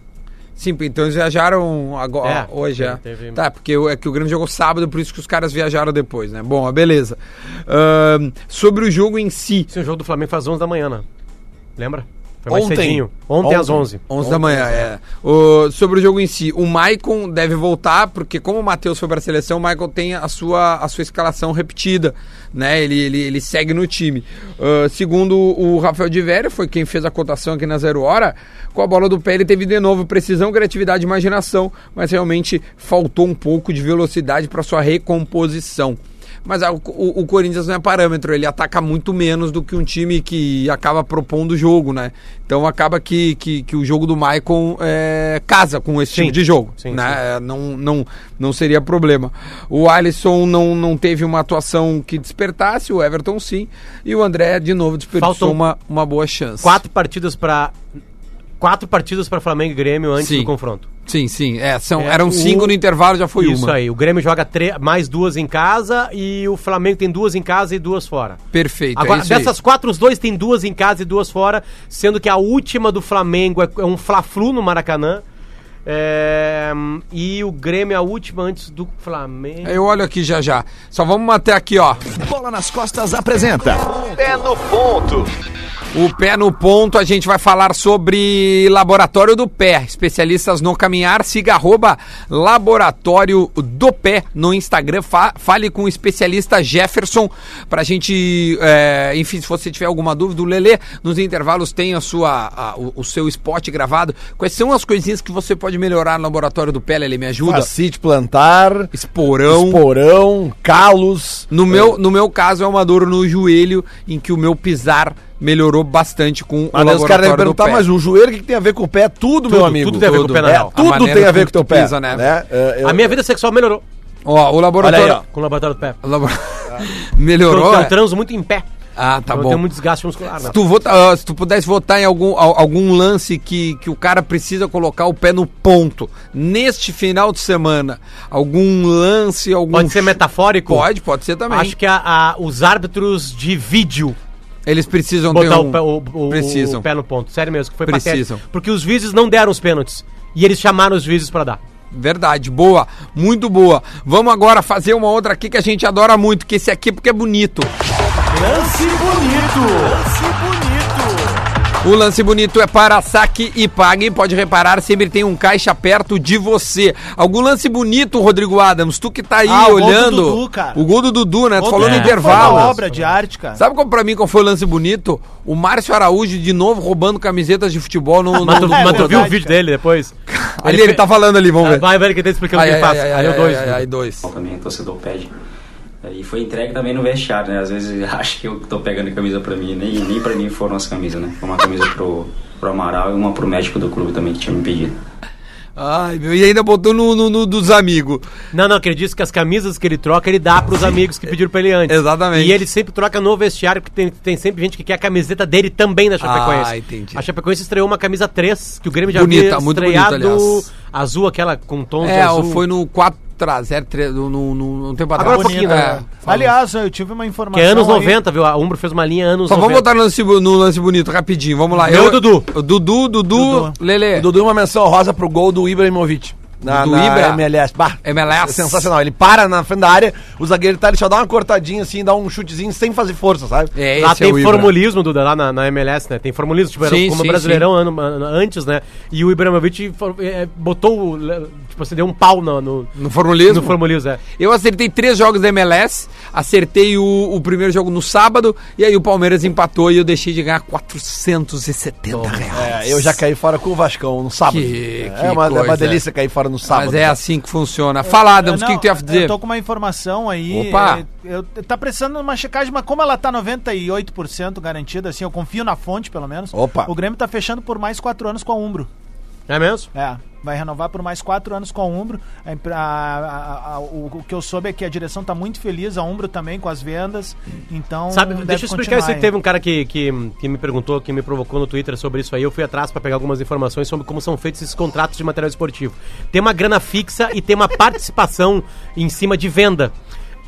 B: Sim, então eles viajaram agora,
E: É,
B: hoje, é.
E: teve-
B: Tá, porque o- é que o Grêmio jogou sábado, por isso que os caras viajaram depois, né? Bom, beleza. Ahn, sobre o jogo em si,
E: Esse é o jogo do Flamengo faz 11 da manhã, né? Lembra? Foi mais
C: Ontem.
E: cedinho. Ontem, às 11.
B: 11 da manhã, é. O- sobre o jogo em si, o Maicon deve voltar, porque como o Matheus foi para a seleção, o Maicon tem a sua, a sua escalação repetida, né? Ele, ele, ele segue no time. Ah, segundo o Rafael de Vera, foi quem fez a cotação aqui na Zero Hora, com a bola do pé ele teve de novo precisão, criatividade e imaginação, mas realmente faltou um pouco de velocidade para sua recomposição. Mas ah, o, o- o Corinthians não é parâmetro, ele ataca muito menos do que um time que acaba propondo o jogo, né? Então acaba que, que, que o jogo do Maicon é, casa com esse
E: Sim.
B: tipo de jogo.
E: Sim,
B: né? É, Não, não, não seria problema. O Alisson não, não teve uma atuação que despertasse, o Everton sim. E o André, de novo, desperdiçou
E: Faltam
B: uma, uma boa chance.
E: Quatro partidas pra. Quatro partidas pra Flamengo e Grêmio antes
B: Sim.
E: do confronto.
B: Sim, sim. É, são,
E: É,
B: eram
E: o-
B: cinco no intervalo, já foi
E: Isso
B: uma.
E: aí. O Grêmio joga tre- mais duas em casa e o Flamengo tem duas em casa e duas fora.
B: Perfeito. é
E: Agora,
B: isso aí.
E: dessas quatro, os dois têm duas em casa e duas fora, sendo que a última do Flamengo é é um Fla-Flu no Maracanã. É, e o Grêmio é a última antes do Flamengo.
B: Eu olho aqui já já. Só vamos até aqui, ó.
F: Bola nas costas apresenta.
B: O pé no ponto, a gente vai falar sobre Laboratório do Pé. Especialistas no caminhar, siga arroba Laboratório do Pé no Instagram. Fa- fale com o especialista Jefferson pra gente, é, enfim, se você tiver alguma dúvida, o Lelê nos intervalos tem a sua, a- o, o seu spot gravado. Quais são as coisinhas que você pode melhorar no Laboratório do Pé, Lelê? Me ajuda.
C: Facite plantar,
B: Esporão.
C: esporão, calos.
B: No meu, no meu caso, é uma dor no joelho, em que o meu pisar melhorou bastante com
C: Mas daí os caras devem
B: do
C: perguntar,
B: pé.
C: mas o joelho, o que, que tem a ver com o pé? É Tudo, meu amigo.
E: tudo tem a ver com o pé, na
C: É,
E: real.
B: A
C: tudo
B: maneira
C: tem a
B: como
C: ver com o
B: tu
C: teu pé.
B: pisa, né?
C: É, eu-
E: A minha vida sexual melhorou
B: Ó, o
C: Olha
B: laboratório. *laughs*
C: aí, ó. *laughs*
E: com o laboratório do pé.
B: Labora-
E: Eu,
B: Melhorou?
E: eu
B: é?
E: transo muito em pé.
B: Ah, tá
E: eu
B: bom.
E: tenho um muito desgaste muscular. né?
B: Se tu, vota, ah, se tu pudesse votar em algum, al- algum lance que, que o cara precisa colocar o pé no ponto neste final de semana, algum lance, algum.
E: Pode ser metafórico?
B: Pode, pode ser também.
E: Acho que a- a- os árbitros de vídeo
B: Eles precisam ter
E: botar
B: um-
E: o, pé, o- o-
B: precisam.
E: o pé no ponto. Sério mesmo, que foi
B: Precisam.
E: patético. Porque os vídeos não deram os pênaltis. E eles chamaram os vídeos pra dar.
B: Verdade, boa, muito boa. Vamos agora fazer uma outra aqui que a gente adora muito, que esse aqui porque é bonito.
L: Lance bonito. Lance bonito.
B: O lance bonito é para saque e pague. Pode reparar, sempre tem um caixa perto de você. Algum lance bonito, Rodrigo Adams? Tu que tá aí
D: Ah, o gol do
B: olhando.
D: Dudu, cara.
B: O gol do Dudu, né? Tu
D: Outro
B: falou no
D: dia foi
B: intervalo.
D: uma obra de arte, cara.
B: Sabe qual, pra mim qual foi o lance bonito? O Márcio Araújo de novo roubando camisetas de futebol no. no
E: Mas
B: no-
E: tu, mas tu viu
B: É,
E: o
B: verdade,
E: vídeo dele depois?
B: Ali ele, tá falando ali, vamos
E: Ah,
B: ver.
E: Vai, vai, que ele tá explicando o que
B: Ai,
E: ele
B: ai,
E: passa.
B: ai,
E: Aí é
B: ai,
E: o dois.
B: ai,
E: né?
B: ai, dois.
M: Também o torcedor pede. É, E foi entregue também no vestiário, né? Às vezes *laughs* acho que eu tô pegando camisa pra mim, nem, nem pra mim foram as camisas, né? Foi Uma camisa pro, pro Amaral e uma pro médico do clube também que tinha me pedido.
B: Ai, meu, e ainda botou no, no- no dos amigos.
E: Não, não, que ele disse que as camisas que ele troca, ele dá pros amigos que pediram pra ele antes.
B: Exatamente.
E: E ele sempre troca no vestiário, porque tem, tem sempre gente que quer a camiseta dele também da Chapecoense.
B: Ah, entendi.
E: A Chapecoense estreou uma camisa 3, que o Grêmio já
B: Bonita,
E: havia
B: muito bonita,
E: estreado
B: aliás.
E: azul, aquela com tom de
B: É,
E: azul.
B: foi no 4 a 0 tre- no, no, no- um tempo atrás.
E: Agora um pouquinho, né?
B: É,
D: Tá Aliás, eu tive uma
E: Que
D: informação.
E: é anos
D: aí.
E: 90, viu? A Umbro fez uma linha anos
B: Só
E: 90.
B: vamos botar no lance, bo- no lance bonito, rapidinho. Vamos lá.
E: Meu Dudu.
B: O Dudu, Dudu, Lele.
C: O Dudu uma menção rosa pro gol do Ibrahimovic. Na,
B: Do
C: na
B: Ibra?
C: MLS. Bah,
B: MLS.
C: é Sensacional. Ele para na frente da área, o zagueiro tá, ele só dá uma cortadinha assim, dá um chutezinho sem fazer força, sabe?
B: É,
E: Lá
B: esse é
E: tem
B: o Ibra.
E: formulismo, Duda, lá na, na MLS, né? Tem formulismo, tipo, era
B: Sim,
E: como
B: sim,
E: brasileirão ano- ano- antes, né? E o Ibrahimovic for- eh, botou, o le- tipo assim, deu um pau no... No,
B: No formulismo?
E: No formulismo, é.
B: Eu acertei três jogos da MLS, acertei o, o primeiro jogo no sábado, e aí o Palmeiras empatou e eu deixei de ganhar 470 reais.
C: É, eu já caí fora com o Vascão no sábado.
B: Que-
C: é,
B: que
C: uma, é uma
B: coisa.
C: delícia cair fora no sábado. né?
B: Mas é
C: cara.
B: assim que funciona. Fala, Adams, o
D: É, Não,
B: que, que tu ia dizer?
D: Eu tô com uma informação aí.
B: Opa!
D: é, Eu, tá precisando de uma checagem, mas como ela tá 98% garantida, assim, eu confio na fonte, pelo menos.
C: Opa.
D: O Grêmio tá fechando por mais quatro anos com a Umbro.
E: É mesmo?
D: É, vai renovar por mais quatro anos com a Umbro. A empre- a- a- a- o, o que eu soube é que a direção tá muito feliz, a Umbro também com as vendas. Então.
E: Sabe,
D: deve
E: deixa eu explicar
D: continuar
E: isso aí.
D: aí.
E: Teve um cara que, que, que me perguntou, que me provocou no Twitter sobre isso aí. Eu fui atrás pra pegar algumas informações sobre como são feitos esses contratos de material esportivo. Tem uma grana fixa e
D: *laughs*
E: tem uma participação em cima de venda.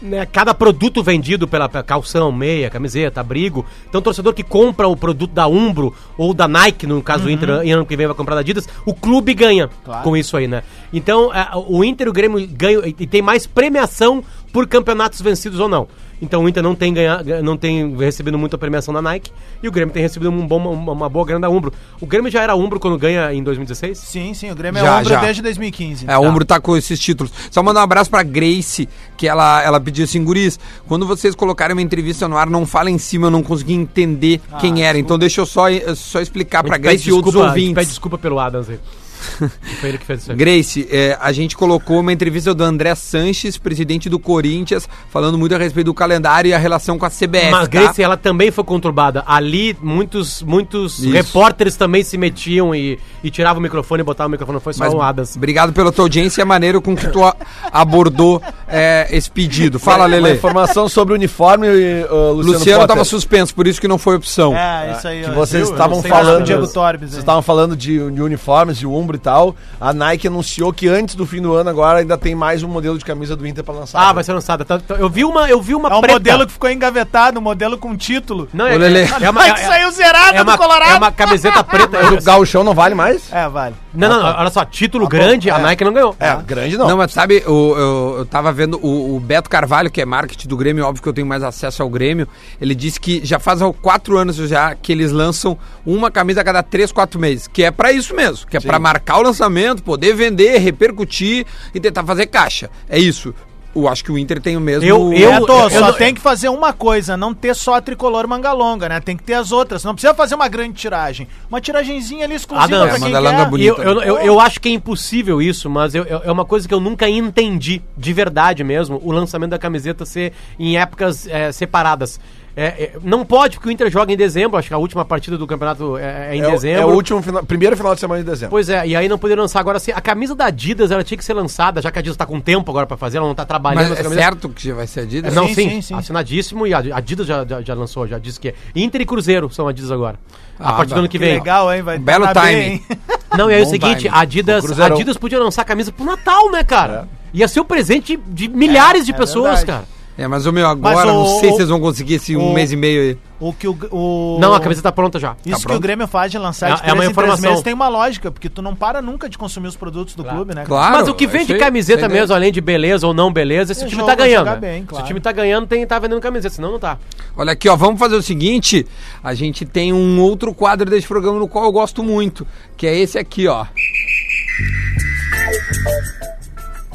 E: Né, cada produto vendido pela pela calção, meia, camiseta, abrigo. Então, o torcedor que compra o produto da Umbro ou da Nike, no caso do Inter, e ano que vem vai comprar da Adidas, o clube ganha
D: Uhum. Claro.
E: com isso aí, né? Então, é, o Inter e o Grêmio ganham e tem mais premiação por campeonatos vencidos ou não. Então o Inter não tem, ganha, não tem recebido muita premiação da Nike e o Grêmio tem recebido um bom, uma, uma boa grana da Umbro. O Grêmio já era Umbro quando ganha em 2016?
D: Sim, sim, o Grêmio é
B: Já,
D: Umbro
B: já.
D: desde 2015.
B: É, o Umbro tá com esses títulos. Só mandar um abraço pra Grace, que ela, ela pediu assim, guris, quando vocês colocarem uma entrevista no ar, não fala em cima, eu não consegui entender quem era. Então deixa eu só, eu só explicar pra
E: A gente Ah, pede
B: Grace e outros
E: desculpa- a gente
B: ouvintes.
E: Pede desculpa pelo Adams aí. Que Foi ele que fez isso aí.
B: Grace, é, a gente colocou uma entrevista do André Sanches, presidente do Corinthians, falando muito a respeito do calendário e a relação com a CBF. tá?
E: Mas Grace, é ela também foi conturbada. Ali, muitos, muitos
B: Isso.
E: repórteres também se metiam e, e tiravam o microfone e botavam o microfone. Foi só
B: Mas
E: um Adams.
B: Obrigado pela tua audiência e a maneira com que tu a- abordou é, esse pedido. Fala,
C: é Uma
B: Lele.
C: informação sobre o uniforme, eh, uh, Luciano
B: Luciano
C: Potter,
B: estava suspenso, por isso que não foi opção.
D: É, isso aí.
C: Que
D: ó,
C: vocês
D: viu?
C: estavam
D: Não sei nada
C: falando.
D: do Diego é. Torbes.
C: vocês
D: aí.
C: estavam falando de, de uniformes, de umbro e tal. A Nike anunciou que antes do fim do ano agora ainda tem mais um modelo de camisa do Inter pra lançar.
E: Ah, vai ser lançada. Tá- tá- Eu vi uma, eu vi uma
D: É um
E: preta.
D: modelo que ficou engavetado, um modelo com título.
E: Não, é,
B: Ô, Lelê.
E: é, é
D: *laughs*
E: uma,
D: Vai
E: é,
D: que saiu zerado
E: é uma,
D: do Colorado.
E: é uma camiseta preta.
C: *laughs* Mas o gauchão não vale mais?
D: É, vale.
E: Não, não, não, olha só, título grande, a Nike não
D: Ah.
E: ganhou.
C: É, grande não.
B: Não, mas sabe, o- eu, eu tava vendo o, o Beto Carvalho, que é marketing do Grêmio, óbvio que eu tenho mais acesso ao Grêmio. Ele disse que já faz há quatro anos já que eles lançam uma camisa a cada três, quatro meses. Que é pra isso mesmo, que é pra marcar o lançamento, poder vender, repercutir e tentar fazer caixa. É isso. Eu acho que o Inter tem o mesmo.
E: Eu- eu-
D: Beto, é só
E: não-
D: tem que fazer uma coisa, não ter só a tricolor manga longa, né? Tem que ter as outras. Não precisa fazer uma grande tiragem. Uma tiragenzinha ali exclusiva
E: Adams,
D: pra quem
B: manga longa
D: quer.
B: bonita.
E: Eu, eu, eu, eu acho que é impossível isso, mas eu- eu- é uma coisa que eu nunca entendi, de verdade mesmo, o lançamento da camiseta ser em épocas eh, é, separadas. É, é, não pode, porque o Inter joga em dezembro, acho que a última partida do campeonato é, é em
C: É o-
E: dezembro.
C: é o último final- primeiro final de semana de dezembro.
E: Pois é, e aí não poderia lançar agora. Assim, a camisa da Adidas ela tinha que ser lançada, já que a Adidas tá com tempo agora pra fazer, ela não tá trabalhando.
B: Mas
E: as
B: é
E: camisas.
B: certo que já vai ser Adidas?
E: É, Não, sim, assinadíssimo e a a Adidas já, já, já lançou, já disse que é. Inter e Cruzeiro são Adidas agora. a
B: Ah,
E: partir do
B: bah.
E: ano que
B: Que
E: vem.
D: legal, hein? Vai
E: um
B: Belo
D: dar bem,
B: timing.
D: hein?
E: Não, e aí é
B: Bom
E: o seguinte,
B: timing.
E: a Adidas,
B: Cruzeirão.
E: a Adidas podia lançar a camisa pro Natal, né, cara? Ia ser o presente de milhares
D: É,
E: de
D: é
E: pessoas,
D: verdade.
E: cara.
B: É, mas o meu agora,
D: Mas
B: não
D: o-
B: sei se vocês vão conseguir esse um
D: o-
B: mês e meio aí.
D: O que o, o...
E: Não, a camisa tá pronta já.
D: Isso que o Grêmio faz de lançar
E: É-
D: de
E: é uma
D: três em três
E: informação.
D: meses tem uma lógica, porque tu não para nunca de consumir os produtos do clube, né? cara?
E: Claro, Mas o que vende camiseta mesmo, além de beleza ou não beleza, esse
D: O
E: time
D: jogo
E: tá
D: vai
E: ganhando.
D: jogar
E: né?
D: bem, claro. Tipo
E: Se o time tá ganhando, tem, tá vendendo camiseta, senão não tá.
B: Olha aqui, ó, vamos fazer o seguinte, a gente tem um outro quadro desse programa no qual eu gosto muito, que é esse aqui, ó.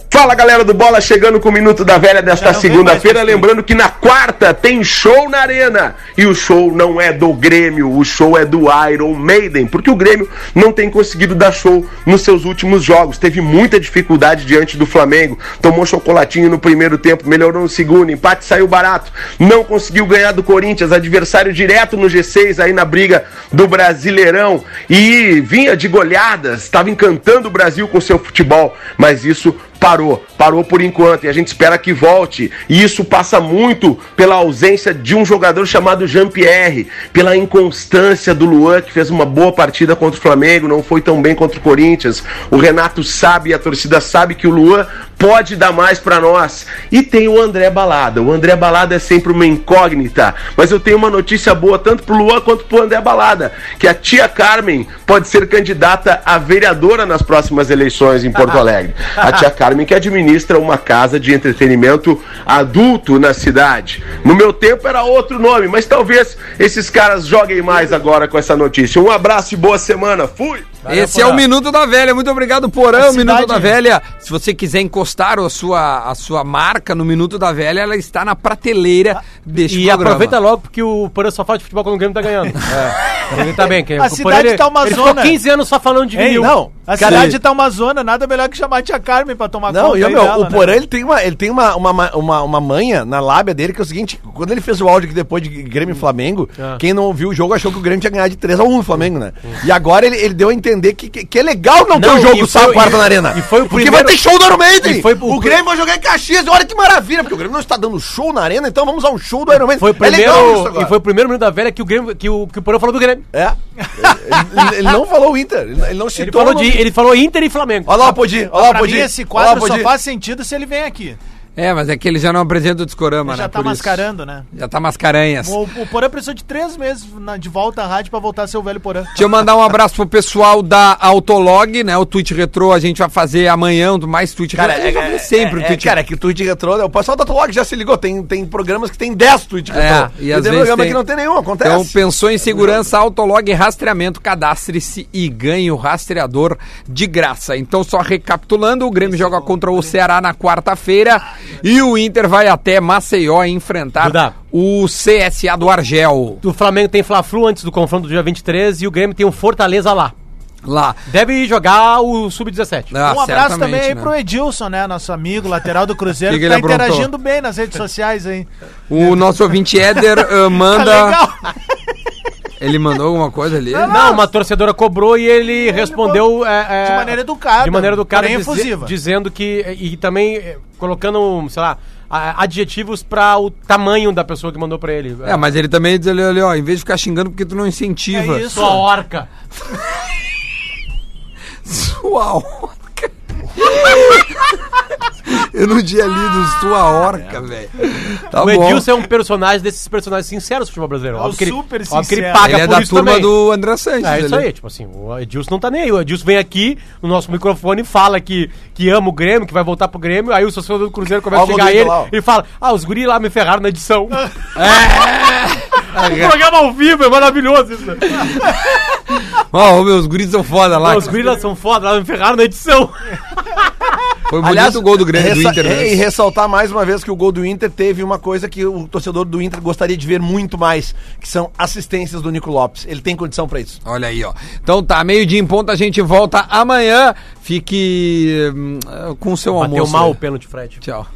N: Fala galera do Bola, chegando com o Minuto da Velha desta segunda-feira. Lembrando que na quarta tem show na Arena. E o show não é do Grêmio, o show é do Iron Maiden. Porque o Grêmio não tem conseguido dar show nos seus últimos jogos. Teve muita dificuldade diante do Flamengo. Tomou chocolatinho no primeiro tempo, melhorou no segundo. Empate saiu barato. Não conseguiu ganhar do Corinthians, adversário direto no G6 aí na briga do Brasileirão. E vinha de goleadas, estava encantando o Brasil com seu futebol. Mas isso parou, parou por enquanto e a gente espera que volte. E isso passa muito pela ausência de um jogador chamado Jean-Pierre, pela inconstância do Luan, que fez uma boa partida contra o Flamengo, não foi tão bem contra o Corinthians. O Renato sabe, e a torcida sabe que o Luan pode dar mais pra nós. E tem o André Balada. O André Balada é sempre uma incógnita, mas eu tenho uma notícia boa tanto pro Luan quanto pro André Balada, que a tia Carmen pode ser candidata a vereadora nas próximas eleições em Porto Alegre. A tia Carmen que administra uma casa de entretenimento adulto na cidade. No meu tempo era outro nome, mas talvez esses caras joguem mais agora com essa notícia. Um abraço e boa semana. Fui.
B: Esse é o Minuto da Velha. Muito obrigado, Porã.
N: A
B: O Minuto
N: cidade-
B: da Velha. Se você quiser encostar a sua, a sua marca no Minuto da Velha, ela está na prateleira deste
E: e
B: programa.
E: aproveita logo, porque o Porã só fala de futebol quando o Grêmio tá
D: *laughs*
E: ganhando. É. Ele tá bem, que
D: A
E: o Porã,
D: cidade
E: ele-
D: tá uma
E: ele
D: zona.
E: Ficou 15 anos só falando de
D: Ei,
E: vinil.
D: não, a
E: Cara,
D: cidade tá uma zona, nada melhor que chamar a tia Carmen pra tomar
C: Não,
D: conta
C: e,
D: aí
C: meu,
D: dela,
C: o
D: né?
C: Porã ele tem, uma, ele tem uma, uma, uma, uma manha na lábia dele que é o seguinte: quando ele fez o áudio que depois de Grêmio e Flamengo,
L: Ah.
C: quem não ouviu o jogo achou que o Grêmio tinha ganhado de 3x1 no Flamengo, né? E agora ele, ele deu a entender que, que, que é legal não, ter
L: Não,
C: o
L: e
C: jogo
L: foi-
C: sábado quarta
L: e-
C: na arena.
L: e foi o
C: porque
L: primeiro-
C: vai ter show do Iron Maiden.
L: E foi
C: o Grêmio vai jogar em Caxias, olha que maravilha, porque o Grêmio não está dando show na arena, então vamos ao show do Iron Maiden.
E: Foi
D: é
E: o primeiro,
C: agora.
E: e foi o primeiro Minuto da Velha que o, Grêmio, que o, que o Porã falou do Grêmio.
C: É. Ele, ele não falou o Inter, ele ele não citou.
E: Ele falou,
C: o nome.
E: de, ele falou Inter e Flamengo.
C: Olha lá o Podi, olha lá o
D: Pra mim,
C: Podi.
D: esse
C: olha lá o
D: quadro só
C: Podi.
D: faz sentido se ele vem aqui.
B: É, mas é que ele já não apresenta o Discorama,
E: é
D: Ele já
B: né?
D: tá
B: por isso.
D: mascarando, né?
B: Já tá mascaranhas.
D: O, o Porã precisou de três meses na- de volta à rádio pra voltar a ser o velho Porã.
B: Deixa eu mandar um abraço pro pessoal da Autolog, né? O tweet retrô a gente vai fazer amanhã, um mais tweet
C: Cara,
B: retrô. Eu já
C: é-
B: vi
C: é-
B: sempre
C: é-
B: o tweet
C: Cara, é que o tweet retrô, né? o pessoal da Autolog já se ligou, tem, tem programas que tem 10 tweet
B: É,
C: retrô.
B: e às
C: tem
B: vezes
C: programa
B: tem-
C: que não tem nenhum, acontece.
B: Então, pensou em segurança, autolog, rastreamento, cadastre-se e ganhe o rastreador de graça. Então, só recapitulando, o Grêmio joga contra o Ceará na quarta-feira e o Inter vai até Maceió enfrentar
E: Dudá.
B: o CSA do Argel.
E: O Flamengo tem Fla-Flu antes do confronto do dia 23 e o Grêmio tem o Fortaleza lá.
B: Lá.
E: Deve jogar o Sub-17.
B: Ah,
D: um abraço também aí pro Edilson, né? Nosso amigo, lateral do Cruzeiro,
B: Que
D: que,
B: que
D: tá
B: ele aprontou?
D: interagindo bem nas redes sociais aí.
B: O nosso ouvinte Éder eh, manda...
D: legal.
B: Ele mandou alguma coisa ali?
E: Não, uma torcedora cobrou e ele respondeu é, é,
D: de maneira educada,
E: De maneira educada,
D: porém
E: dize-
D: efusiva.
E: dizendo que. E também é, colocando, sei lá, a- adjetivos pra o tamanho da pessoa que mandou pra ele.
B: É, mas ele também diz ali, olha, ó, em vez de ficar xingando porque tu não incentiva.
E: É isso. Sua orca.
B: Sua orca. Eu não tinha lido sua orca, velho. Tá
E: Ah, é. o
B: bom.
E: Edilson é um personagem desses personagens sinceros do futebol brasileiro.
B: É
E: Óbvio
B: o
E: que ele,
B: super
E: óbvio que ele
B: sincero.
E: paga
B: Ele é
E: por
B: da
E: isso
B: turma
E: também.
B: do André Sanches,
E: É isso
B: ele.
E: aí, tipo assim, o Edilson não tá nem aí. O Edilson vem aqui no nosso microfone e fala que, que ama o Grêmio, que vai voltar pro Grêmio. Aí o torcedor do Cruzeiro começa a
B: Ó, o
E: chegar a
B: Rodrigo
E: ele
B: lá, ó.
E: e fala: Ah, os guris lá me ferraram na edição.
B: *laughs* É.
E: *laughs* Um programa ao vivo, é maravilhoso isso.
B: Ó, ô, meu, os guris são foda lá.
E: Não, os guris lá são foda, lá me ferraram na edição.
B: Foi bonito o gol do Grêmio do
C: ressa-
B: Inter. né?
C: E ressaltar mais uma vez que o gol do Inter teve uma coisa que o torcedor do Inter gostaria de ver muito mais, que são assistências do Nico Lopes. Ele tem condição pra isso.
B: Olha aí, ó. Então tá, meio-dia em ponto, a gente volta amanhã. Fique hum, com o seu
E: Bateu
B: almoço.
E: mal
B: aí.
E: o pênalti, Fred.
B: Tchau.